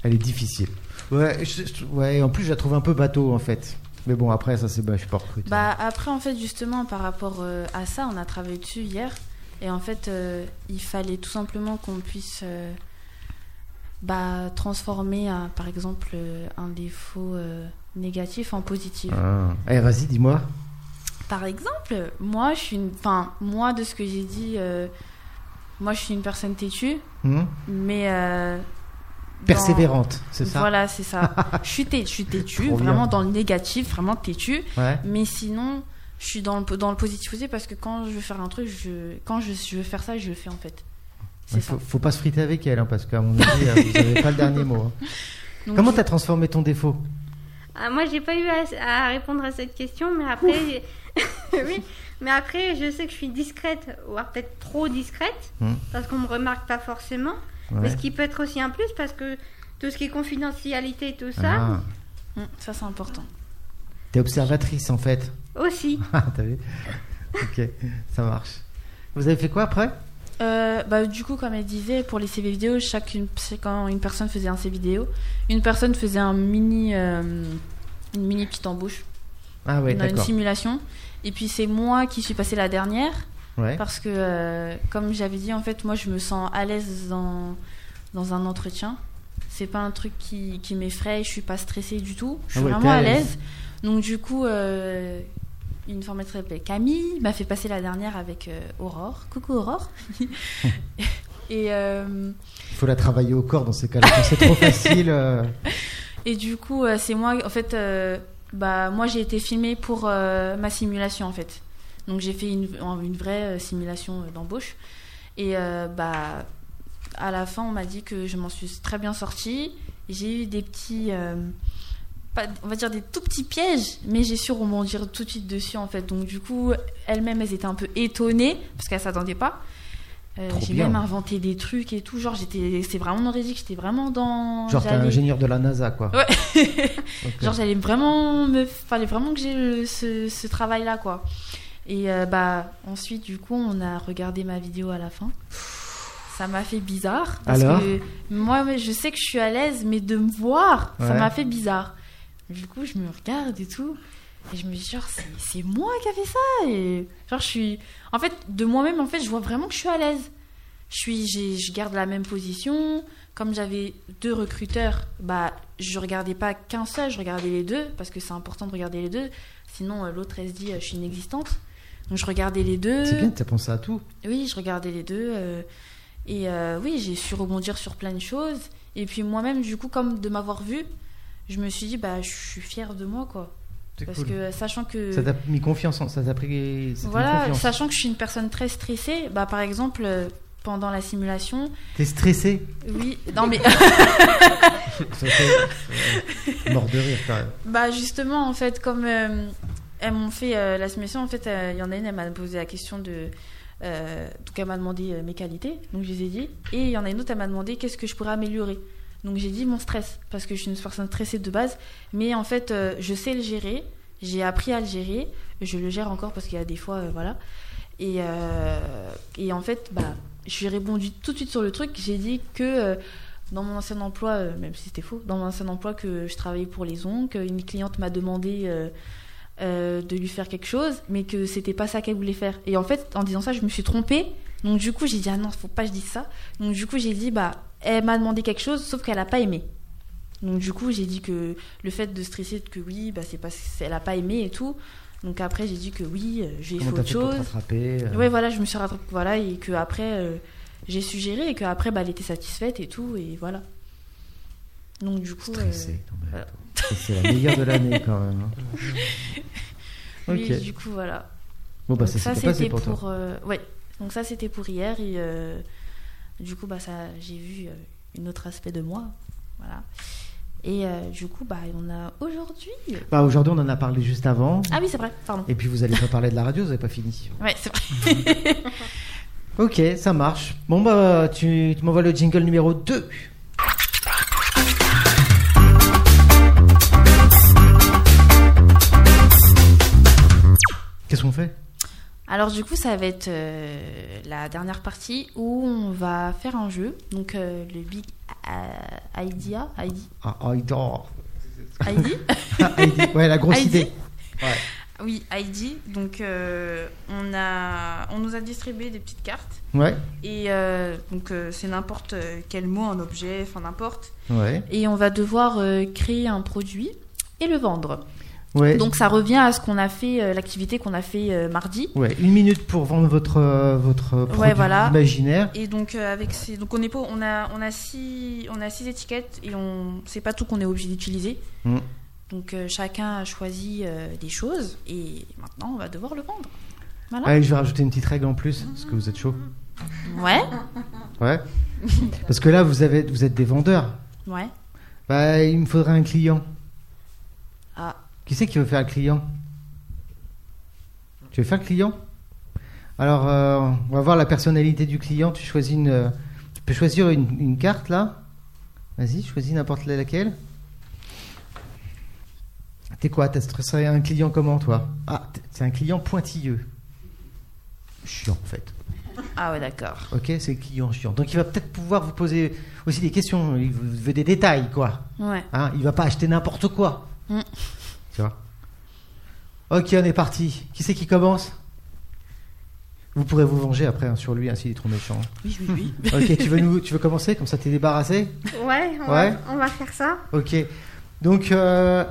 A: elle est difficile. Ouais, je- je- ouais. En plus, je la trouve un peu bateau en fait. Mais bon après ça c'est bah, je suis pas recruté.
B: Bah après en fait justement par rapport euh, à ça, on a travaillé dessus hier et en fait euh, il fallait tout simplement qu'on puisse euh, bah, transformer un- par exemple euh, un défaut euh, négatif en positif.
A: Ah. Eh, vas-y, dis-moi.
B: Par exemple, moi je suis une enfin moi de ce que j'ai dit euh, moi je suis une personne têtue
A: Hmm
B: mais euh, dans-
A: Persévérante, c'est ça
B: Voilà, c'est ça. je suis têtue, je suis têtue,
A: Trop bien.
B: vraiment dans le négatif, vraiment têtue.
A: Ouais.
B: Mais sinon, je suis dans le, dans le positif aussi parce que quand je veux faire un truc, je, quand je, je veux faire ça, je le fais en fait. C'est
A: Il
B: ça.
A: faut, faut pas se friter avec elle, hein, parce qu'à mon avis, euh, vous n'avez pas le dernier mot. hein.
B: Donc,
A: Comment t'as transformé ton défaut
E: Ah, moi, j'ai pas eu à, à répondre à cette question, mais après, oui, mais après, je sais que je suis discrète, ou alors peut-être trop discrète,
A: Hmm.
E: parce qu'on me remarque pas forcément. Mais
A: Ouais.
E: ce qui peut être aussi un plus, parce que tout ce qui est confidentialité et tout ça,
A: Ah,
B: Mm, Ça, c'est important.
A: T'es observatrice, en fait.
E: aussi.
A: Ah, T'as vu Ok, ça marche. Vous avez fait quoi après
B: Euh, bah, du coup, comme elle disait, pour les CV vidéo, chacune, c'est quand une personne faisait un CV vidéo, une personne faisait un mini, euh, une mini petite embauche
A: Ah ouais,
B: dans une
A: d'accord.
B: simulation. Et puis, c'est moi qui suis passée la dernière.
A: Ouais.
B: Parce que, euh, comme j'avais dit, en fait, moi, je me sens à l'aise dans, dans un entretien. C'est pas un truc qui, qui m'effraie, je suis pas stressée du tout. Je suis
A: Ah ouais,
B: vraiment
A: t'es
B: à
A: à
B: l'aise.
A: l'aise.
B: Donc, du coup, euh, une formatrice s'appelait Camille m'a fait passer la dernière avec euh, Aurore. Coucou Aurore. et, euh,
A: Il faut la travailler au corps dans ces cas-là. Quand c'est trop facile. euh,
B: et du coup, euh, c'est moi, en fait, euh, bah, moi, j'ai été filmée pour euh, ma simulation, en fait. Donc j'ai fait une, une vraie euh, simulation euh, d'embauche. Et euh, bah, à la fin, on m'a dit que je m'en suis très bien sortie. J'ai eu des petits, euh, pas- on va dire des tout petits pièges, mais j'ai su rebondir tout de suite dessus en fait. Donc du coup, elles-mêmes, elles étaient un peu étonnées parce qu'elles s'attendaient pas. Euh,
A: Trop
B: j'ai
A: bien.
B: même inventé des trucs et tout. Genre, j'étais, c'est vraiment norésique, j'étais vraiment dans.
A: Genre, t'es un
B: j'allais-
A: ingénieur de la NASA, quoi.
B: Ouais.
A: Ok.
B: Genre j'allais vraiment me fallait vraiment que j'ai le- ce, ce travail là quoi. Et euh, bah ensuite du coup on a regardé ma vidéo à la fin. Ça m'a fait bizarre parce
A: Alors
B: que moi mais je sais que je suis à l'aise mais de me voir ça
A: Ouais.
B: m'a fait bizarre. Du coup je me regarde et tout et je me dis genre c'est- c'est moi qui a fait ça et genre je suis en fait de moi-même en fait je vois vraiment que je suis à l'aise. Je suis j'ai- je garde la même position comme j'avais deux recruteurs, bah je regardais pas qu'un seul, je regardais les deux parce que c'est important de regarder les deux. Sinon euh, l'autre elle se dit euh, je suis inexistante. Donc je regardais les deux.
A: C'est bien, t'as pensé à tout.
B: Oui, je regardais les deux. euh, et euh, oui, j'ai su rebondir sur plein de choses. Et puis moi-même, du coup, comme de m'avoir vue, je me suis dit, bah, je suis fière de moi, quoi.
A: C'est
B: Parce
A: cool.
B: que euh, sachant que.
A: Ça t'a mis confiance, en- ça t'a pris. ça t'a mis
B: Voilà,
A: confiance.
B: sachant que je suis une personne très stressée, bah, par exemple, euh, pendant la simulation,
A: T'es stressé.
B: oui, non mais.
A: Ça fait- euh, Mort de rire, quand même.
B: Bah justement, en fait, comme euh, elles m'ont fait euh, la soumission, en fait, euh, il y en a une, elle m'a posé la question de... euh, donc elle m'a demandé euh, mes qualités, donc je les ai dit. Et il y en a une autre, elle m'a demandé qu'est-ce que je pourrais améliorer. Donc j'ai dit mon stress, parce que je suis une personne stressée de base, mais en fait, euh, je sais le gérer, j'ai appris à le gérer, je le gère encore parce qu'il y a des fois, euh, voilà. Et, euh, et en fait, bah, j'ai répondu tout de suite sur le truc, j'ai dit que... euh, dans mon ancien emploi, euh, même si c'était faux, dans mon ancien emploi que je travaillais pour les ongles, une cliente m'a demandé euh, euh, de lui faire quelque chose, mais que c'était pas ça qu'elle voulait faire. Et en fait, en disant ça, je me suis trompée. Donc du coup, j'ai dit ah non, faut pas que je dise ça. Donc du coup, j'ai dit bah elle m'a demandé quelque chose, sauf qu'elle a pas aimé. Donc du coup, j'ai dit que le fait de stresser que oui, bah c'est parce qu'elle a pas aimé et tout. Donc après, j'ai dit que oui, euh, j'ai fait
A: Comment t'as
B: autre
A: fait pour
B: chose.
A: te rattraper euh,
B: Ouais, voilà, je me suis rattrapée, voilà, et que après, euh, j'ai suggéré, et qu'après, bah, elle était satisfaite et tout, et voilà. Donc, du coup, euh,
A: Stressé. non, mais attends. Ça, C'est la meilleure de l'année, quand même. hein.
B: euh, oui,
A: Ok.
B: du coup, voilà.
A: Bon, bah,
B: Donc,
A: ça s'est
B: c'était
A: passé pour toi.
B: euh, ouais, donc ça, c'était pour hier, et euh, du coup, bah, ça, j'ai vu euh, une autre aspect de moi, voilà. Et euh, du coup, bah, on a aujourd'hui.
A: Bah, aujourd'hui, on en a parlé juste avant.
B: Ah oui, c'est vrai, pardon.
A: Et puis, vous allez pas parler de la radio, vous n'avez pas fini.
B: Ouais, c'est vrai.
A: Ok, ça marche. Bon, bah, tu, tu m'envoies le jingle numéro 2. Qu'est-ce qu'on fait
B: Alors du coup, ça va être euh, la dernière partie où on va faire un jeu. Donc euh, le Big euh, Idea, ID,
A: Ah, ah, il dort.
B: ID
A: Ah, ah, il dit- Ouais, la grosse
B: Ah, il dit-
A: idée.
B: oui, ID. Donc euh, on a, on nous a distribué des petites cartes
A: Ouais,
B: et euh, donc euh, c'est n'importe quel mot, un objet, enfin n'importe.
A: ouais,
B: Et on va devoir euh, créer un produit et le vendre.
A: ouais.
B: Donc ça revient à ce qu'on a fait, euh, l'activité qu'on a fait euh, mardi.
A: Ouais, une minute pour vendre votre, euh, votre produit
B: voilà.
A: imaginaire.
B: Et donc euh, avec ces, donc on est pas- on a on a six on a six étiquettes et on c'est pas tout qu'on est obligé d'utiliser.
A: Mm.
B: Donc euh, chacun a choisi euh, des choses et maintenant on va devoir le vendre. Voilà.
A: Allez, je vais rajouter une petite règle en plus, parce que vous êtes chaud.
B: Ouais.
A: Ouais. parce que là, vous, avez, vous êtes des vendeurs.
B: Ouais.
A: Bah, il me faudrait un client.
B: Ah.
A: Qui c'est qui veut faire le client Tu veux faire le client Alors, euh, on va voir la personnalité du client. Tu choisis une. euh, tu peux choisir une, une carte là. Vas-y, choisis n'importe laquelle. T'es quoi T'as stressé un client comment toi Ah, t'es- t'es un client pointilleux. Chiant en fait.
B: Ah ouais d'accord.
A: Ok, c'est le client chiant. Donc il va peut-être pouvoir vous poser aussi des questions. Il veut- veut des détails quoi.
B: Ouais.
A: Hein, il va pas acheter n'importe quoi.
B: Mm.
A: Tu vois Ok, on est parti. Qui c'est qui commence Vous pourrez vous venger après hein, sur lui, ainsi s'il est trop méchant.
B: Oui oui oui.
A: Ok, tu veux, nous, tu veux commencer Comme ça, t'es débarrassé
E: Ouais, on,
A: Ouais.
E: Va, on va faire ça.
A: Ok. Donc, euh,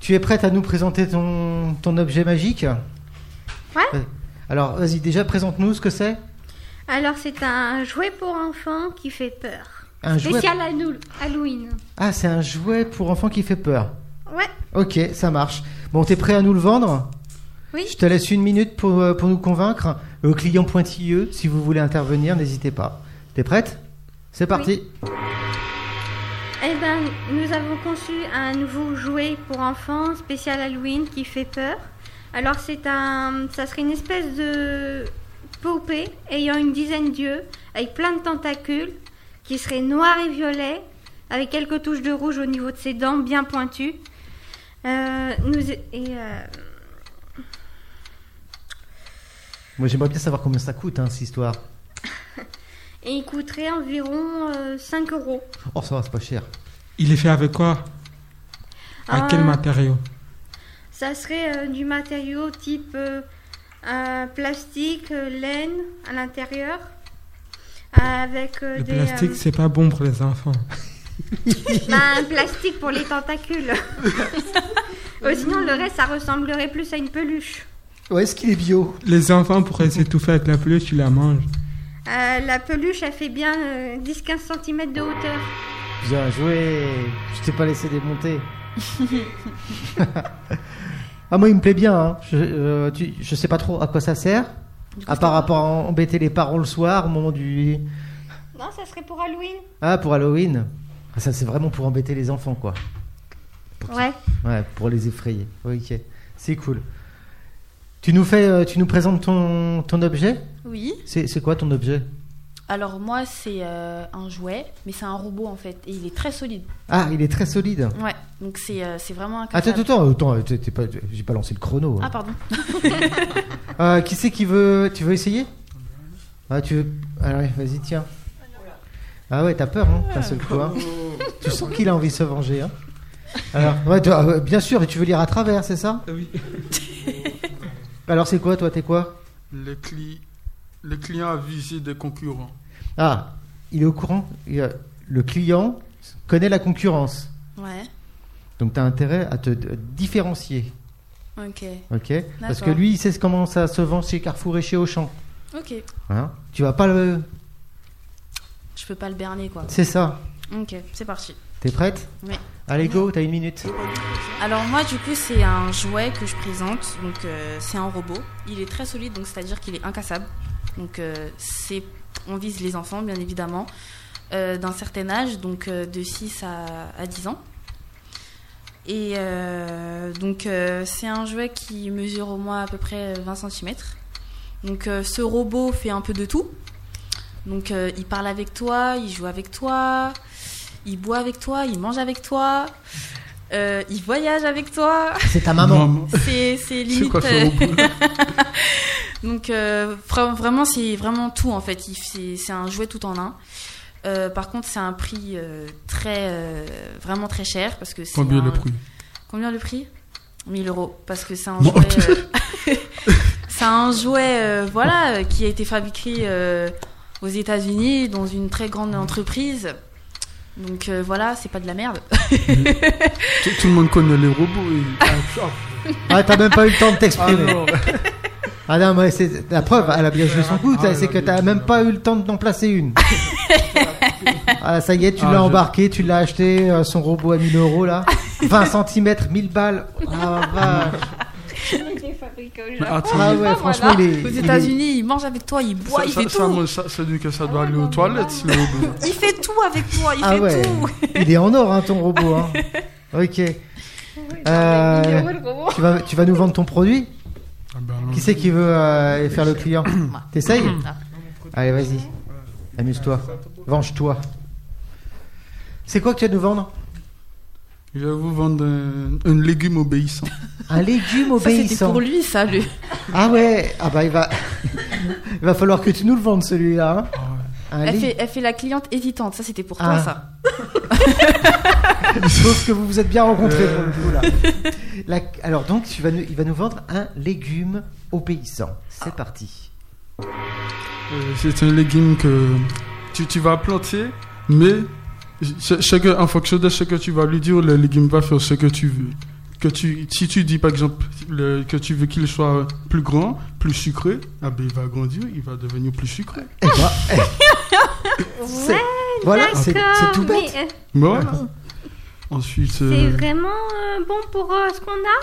A: tu es prête à nous présenter ton, ton objet magique
E: Ouais.
A: Alors, vas-y, déjà, présente-nous ce que c'est.
E: Alors, c'est un jouet pour enfants qui fait peur.
A: Un jouet.
E: Spécial Hanou- Halloween.
A: Ah, c'est un jouet pour enfants qui fait peur.
E: Ouais,
A: Ok, ça marche. Bon, t'es prêt à nous le vendre
E: Oui.
A: Je te laisse une minute pour, euh, pour nous convaincre. Au client pointilleux, si vous voulez intervenir, n'hésitez pas. T'es prête C'est parti.
E: eh ben, nous avons conçu un nouveau jouet pour enfants spécial Halloween qui fait peur. Alors, c'est un, ça serait une espèce de poupée ayant une dizaine d'yeux, avec plein de tentacules, qui serait noir et violet, avec quelques touches de rouge au niveau de ses dents, bien pointues. Euh, nous et euh,
A: Moi, j'aimerais bien savoir combien ça coûte, hein, cette histoire.
E: et il coûterait environ euh, 5 euros.
A: Oh, ça va, c'est pas cher.
D: Il est fait avec quoi À
B: Ah.
D: quel
E: Euh,
D: matériau
E: Ça serait euh, du matériau type euh, euh, plastique, euh, laine à l'intérieur, euh, avec euh,
D: Le
E: des
D: plastique, c'est pas bon pour les enfants.
E: euh, bah, un plastique Oh, pour les tentacules. Euh, sinon, le reste, ça ressemblerait plus à une peluche.
I: Ouais, est-ce qu'il est bio
D: Les enfants pourraient s'étouffer avec la peluche, tu la manges.
E: Euh, la peluche, elle fait bien euh, 10-15 cm de hauteur.
A: Bien joué. Je t'ai pas laissé démonter. ah moi il me plaît bien. hein. Je, euh, tu- je sais pas trop à quoi ça sert.
B: Du coup,
A: À
B: je
A: part à
B: t'en-
A: part embêter les parents le soir au moment du
E: Non, ça serait pour Halloween.
A: ah pour Halloween. Ah, Ça c'est vraiment pour embêter les enfants quoi.
E: Ouais.
A: Ouais pour les effrayer. Ok c'est cool. Tu nous fais euh, tu nous présentes ton ton objet.
B: Oui.
A: C'est c'est quoi ton objet
B: Alors moi, c'est euh, un jouet, mais c'est un robot en fait, et il est très solide.
A: Ah il est très solide.
B: Ouais, donc c'est euh, c'est vraiment un
A: Attends
B: cartable.
A: attends attends attends, t'es pas j'ai pas lancé le chrono. hein.
B: Ah pardon.
A: Euh, qui c'est qui veut. Tu veux essayer Ah, tu veux. Ah ouais, vas-y, tiens. Ah ouais, t'as peur, hein, d'un seul coup. hein. Tu sens qu'il a envie de se venger, hein. Alors, ouais, tu- ah ouais, bien sûr, et tu veux lire à travers, c'est ça
D: Oui.
A: Alors, c'est quoi, toi, t'es quoi
C: Le, cli- le client a visé des concurrents.
A: Ah, il est au courant. il, euh, le client connaît la concurrence.
B: Ouais.
A: Donc, t'as intérêt à te euh, différencier,
B: Ok.
A: ok Parce que
B: D'accord.
A: lui, il sait comment ça se vend chez Carrefour et chez Auchan.
B: Ok.
A: Hein tu vas pas le.
B: Je peux pas le berner quoi.
A: C'est ça.
B: Ok, c'est parti.
A: T'es prête
B: Oui.
A: Allez, go, t'as une minute.
B: Alors moi du coup c'est un jouet que je présente, donc euh, c'est un robot. Il est très solide, donc c'est-à-dire qu'il est incassable. Donc euh, c'est, on vise les enfants bien évidemment, euh, d'un certain âge, donc euh, de 6 à, à 10 ans. Et euh, donc euh, c'est un jouet qui mesure au moins à peu près 20 cm. Donc euh, ce robot fait un peu de tout. Donc euh, il parle avec toi, il joue avec toi, il boit avec toi, il mange avec toi, euh, il voyage avec toi.
A: C'est ta maman.
C: Maman.
B: C'est c'est limite.
C: C'est quoi
B: euh,
C: ce robot
B: donc euh, vra- vraiment, c'est vraiment tout en fait. Il- C'est c'est un jouet tout en un. Euh, par contre, c'est un prix euh, très, euh, vraiment très cher parce que c'est
C: Combien
B: un-
C: le prix
B: Combien le prix 1000 euros parce que c'est un
C: Bon,
B: jouet. euh, c'est un jouet, euh, voilà, euh, qui a été fabriqué euh, aux États-Unis dans une très grande entreprise. Donc euh, voilà, c'est pas de la merde.
C: tout, tout le monde connaît les robots. Et... Ah,
A: Ah, t'as même pas eu le temps
B: Eh
A: de
C: ah,
A: t'exprimer.
C: non.
A: Ah non, mais c'est la preuve, elle a bien joué son coup,
C: Ah,
A: c'est
C: elle a
A: que
C: bien
A: t'as
C: joué.
A: même pas eu le temps d'en placer une. Ah, ça y est, tu
C: Ah,
A: l'as
C: je-
A: embarqué, tu l'as acheté, euh, son robot à 1000 euros là. 20 cm, 1000 balles. Ah, vache.
E: Il est fabriqué au
C: Mais
E: Japon.
C: attends,
A: Ah
C: mais-
A: ouais,
B: Ah,
A: franchement,
B: voilà.
A: il est.
B: Aux
A: il est-
B: États-Unis, il mange avec toi, il boit,
C: ça,
B: il
C: ça,
B: fait
C: ça,
B: tout. Ah,
C: moi, ça- ça veut dire que ça doit
E: ouais,
C: aller aux
E: non,
C: toilettes, le robot.
B: Il fait tout avec moi, il
A: Ah
B: fait
A: ouais.
B: tout.
A: il est en or, hein, ton robot. hein. Ok. Euh,
E: Il est où, le robot
A: tu, vas, tu vas nous vendre ton produit
C: Ah, ben, alors,
A: Qui c'est qui veut euh, faire le client T'essayes
B: Ah.
A: Allez, vas-y. Amuse-toi. Venge-toi. C'est quoi que tu vas nous vendre
C: Je vais vous vendre un, un légume obéissant.
A: Un légume
B: Ça, c'était
A: obéissant.
B: pour lui, ça, le.
A: Ah ouais, ah bah il va, il va falloir que tu nous le vendes celui-là. hein.
C: Ah, ouais.
A: Un
B: Elle
A: lé-
B: fait, elle fait la cliente hésitante, ça, c'était pour
A: Ah.
B: toi, ça.
A: Sauf que vous vous êtes bien rencontrés pour
C: Euh.
A: le coup là. La- Alors donc tu vas nous- il va nous vendre un légume obéissant.
C: Ah.
A: C'est parti.
C: Euh, c'est un légume que tu, tu vas planter, mais ce- ce que- en fonction de ce que tu vas lui dire, le légume va faire ce que tu veux. Que tu, si tu dis par exemple le- que tu veux qu'il soit plus grand, plus sucré, ah ben, il va grandir, il va devenir plus sucré.
A: Eh ben, eh, c'est- voilà, c'est c'est tout
E: mais,
A: bête.
E: euh,
C: Mais voilà. Ensuite.
E: C'est
C: euh,
E: vraiment euh, bon pour euh, ce qu'on a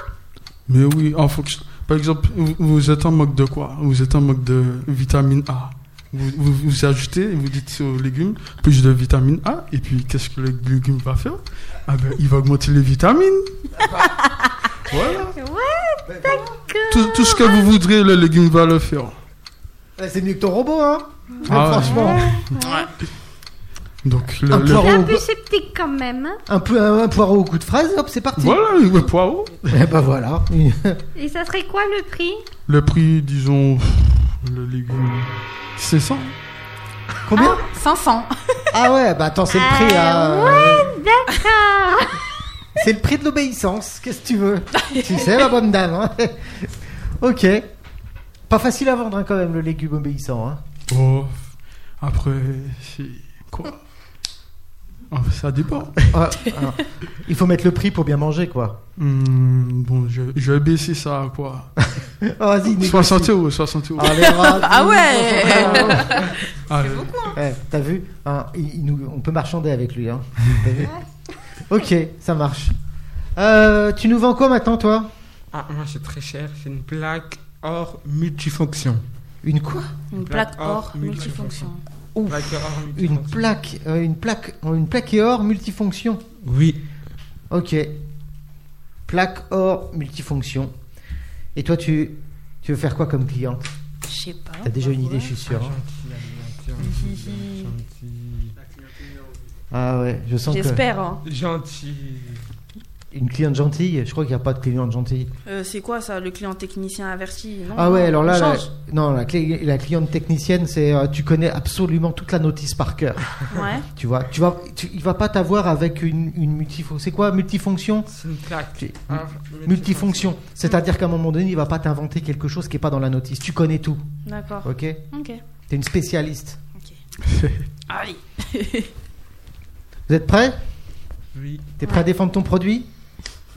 C: Mais oui, en fonction. Par exemple, vous, vous êtes en manque de quoi Vous êtes en manque de vitamine A. Vous, vous, vous ajoutez, vous dites aux légumes, plus de vitamine A, et puis qu'est-ce que le légume va faire Ah ben, il va augmenter les vitamines. voilà.
E: Ouais,
C: Tout, tout ce que vous voudrez, le légume va le faire.
A: Ouais, Eh, C'est mieux que ton robot hein.
C: Ah ouais.
A: franchement,
C: Donc, le,
A: un,
C: le-
A: poireau,
E: c'est un
A: au-
E: peu sceptique quand même. hein.
A: un peu- un- un poireau au coup de phrase, hop, c'est parti.
C: voilà, le poireau.
A: Eh ben voilà.
E: Et ça serait quoi le prix
C: Le prix, disons, pff, le légume, 500.
A: Combien
B: 500.
A: Ah ouais, bah attends, c'est le prix.
E: Ah
A: hein.
E: Ouais, d'accord.
A: C'est le prix de l'obéissance, qu'est-ce que tu veux Tu sais, ma bonne dame. hein. ok. Pas facile à vendre hein, quand même le légume obéissant. hein.
C: Oh, après, c'est quoi Ah, ça dépend.
A: Ah, alors, il faut mettre le prix pour bien manger, quoi.
C: Hmm, bon, je, je vais baisser ça à quoi
A: Oh, vas-y, négocie.
C: 60 euros, 60 euros.
A: Ah, les rats,
F: Ah ouais
C: Ah,
A: Eh, T'as vu Hein, il- il nous- On peut marchander avec lui. hein. T'as vu ok, ça marche. Euh, tu nous vends quoi maintenant, toi
D: Ah, moi, c'est très cher. C'est une plaque or multifonction.
A: Une quoi
F: Une plaque or multifonction.
A: Ouf.
D: Plaque or multifonction.
A: Une plaque, euh, une plaque, une plaque et or multifonction.
D: Oui.
A: Ok. Plaque or multifonction. Et toi, tu, tu veux faire quoi comme client
F: Je sais pas.
A: T'as déjà une idée, je suis sûr. hein.
D: Gentil, gentil.
A: Ah ouais, je sens que
F: J'espère. hein.
D: Gentil.
A: une cliente gentille. Je crois qu'il n'y a pas de cliente gentille.
F: Euh, c'est quoi ça, le client technicien averti non,
A: Ah ouais,
F: on
A: alors là, la,
F: change.
A: non, la, clé- la cliente technicienne, c'est euh, tu connais absolument toute la notice par cœur.
F: Ouais.
A: Tu vois, tu vas, tu- il va pas t'avoir avec une, une multifonction. C'est quoi multifonction
D: C'est une plaque.
A: Tu-
D: or
A: Multifonction. C'est-à-dire qu'à un moment donné, il va pas t'inventer quelque chose qui est pas dans la notice. Tu connais tout,
F: D'accord.
A: ok
F: Ok.
A: T'es une spécialiste.
F: Allez.
A: Vous êtes prêts
D: Oui.
A: T'es prêt à défendre ton produit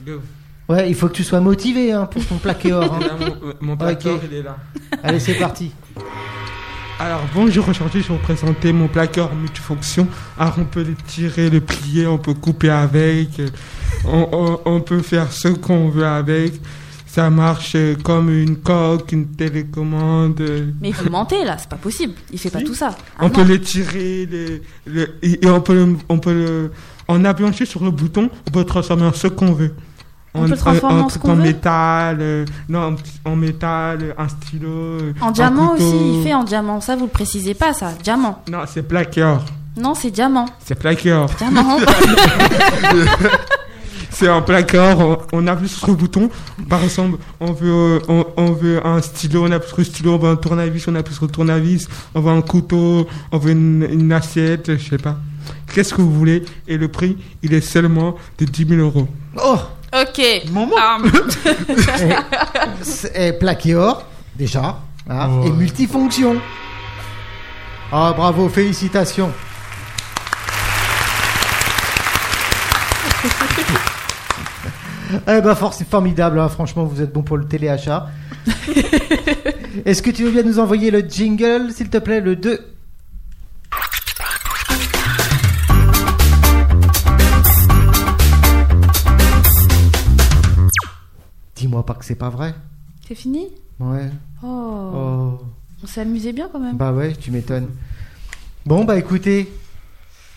D: Go.
A: Ouais, il faut que tu sois motivé hein, pour ton plaqué or. hein.
D: Là, mon, euh, mon plaque
A: Ok.
D: or, il est là.
A: Allez, c'est parti.
D: Alors bonjour, aujourd'hui je vais vous présenter mon placard multifonction. Alors on peut le tirer, le plier, on peut couper avec, euh, on, on- on peut faire ce qu'on veut avec. Ça marche euh, comme une coque, une télécommande. euh.
F: Mais vous mentez là, c'est pas possible. Il fait pas
D: Si.
F: tout ça. Ah
D: on
F: non.
D: peut le tirer, le- le- et, et on peut le, on peut le- en appuyant juste sur le bouton, on peut le transformer en ce qu'on veut.
F: On
D: En-
F: peut le transformer
D: en,
F: en
D: un
F: ce
D: truc
F: qu'on veut
D: métal, euh, non, en, en métal, un stylo. euh,
F: En
A: Ah,
D: un
F: diamant aussi,
D: couteau.
F: il fait en diamant. Ça, vous le précisez pas, ça. Diamant.
D: Non, c'est plaque et or.
F: Non, c'est diamant.
D: C'est plaque et or.
F: Diamant.
D: C'est un placard, on, on appuie sur le bouton. Par exemple, on veut, euh, on, on veut un stylo, on appuie sur le stylo, on veut un tournevis, on appuie sur le tournevis, on veut un couteau, on veut une, une assiette, je sais pas. Qu'est-ce que vous voulez Et le prix, il est seulement de 10 000 euros.
A: Oh,
F: ok.
A: Maman.
F: Ah,
A: C'est- eh, plaqué or déjà hein,
C: Ouais.
A: et multifonction. Ah bravo, félicitations. Eh ben, for- c'est formidable, hein, franchement, vous êtes bon pour le téléachat. Est-ce que tu veux bien nous envoyer le jingle, s'il te plaît, le 2 Dis-moi pas que c'est pas vrai.
F: c'est fini
A: Ouais.
F: Oh.
A: Oh.
F: On s'est amusé bien quand même.
A: Bah ouais, tu m'étonnes. Bon, bah écoutez,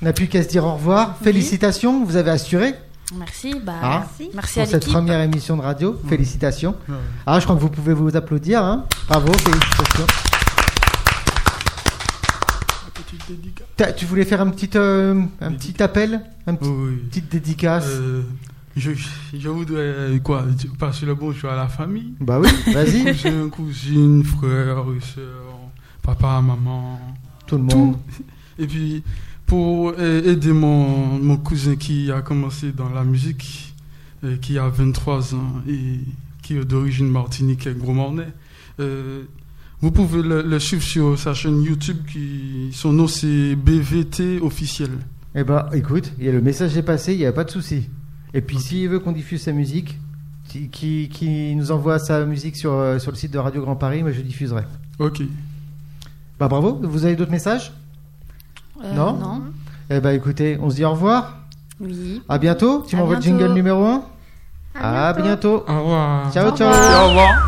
A: on n'a plus qu'à se dire au revoir. Félicitations, vous avez assuré
F: Merci. Bah,
A: Ah.
F: merci. à
A: pour cette
F: l'équipe.
A: première émission de radio. Félicitations.
C: Ouais.
A: Ah, je crois que vous pouvez vous applaudir. hein. Bravo, félicitations.
C: Petite dédicace.
A: T'as- tu voulais faire un petit, euh, un petit appel Un petit,
C: Oui.
A: petite dédicace
C: Euh, je, je voudrais euh, quoi tu- passer le bonjour à la famille.
A: Bah oui, vas-y,
C: Cousin, cousine, frère, soeur, papa, maman.
A: tout le monde.
C: Et puis, pour euh, aider mon, mon cousin qui a commencé dans la musique, euh, qui a 23 ans et qui est d'origine martinique et gros mornais, euh, vous pouvez le, le suivre sur sa chaîne YouTube qui, son nom c'est BVT officiel.
A: Eh bah écoute, il y a le message est passé, il n'y a pas de souci. Et puis s'il veut qu'on diffuse sa musique, qui, qui, qui nous envoie sa musique sur, euh, sur le site de Radio Grand Paris, moi je diffuserai.
C: Ok.
A: Bah bravo, vous avez d'autres messages
F: Euh,
A: Non. Eh bah écoutez, on se dit au revoir.
F: Oui.
A: À bientôt. Tu
F: À
A: m'envoies le
F: bientôt.
A: jingle numéro 1 À Ah, bientôt.
D: Au revoir.
A: Ciao, ciao.
F: revoir.
C: Au revoir.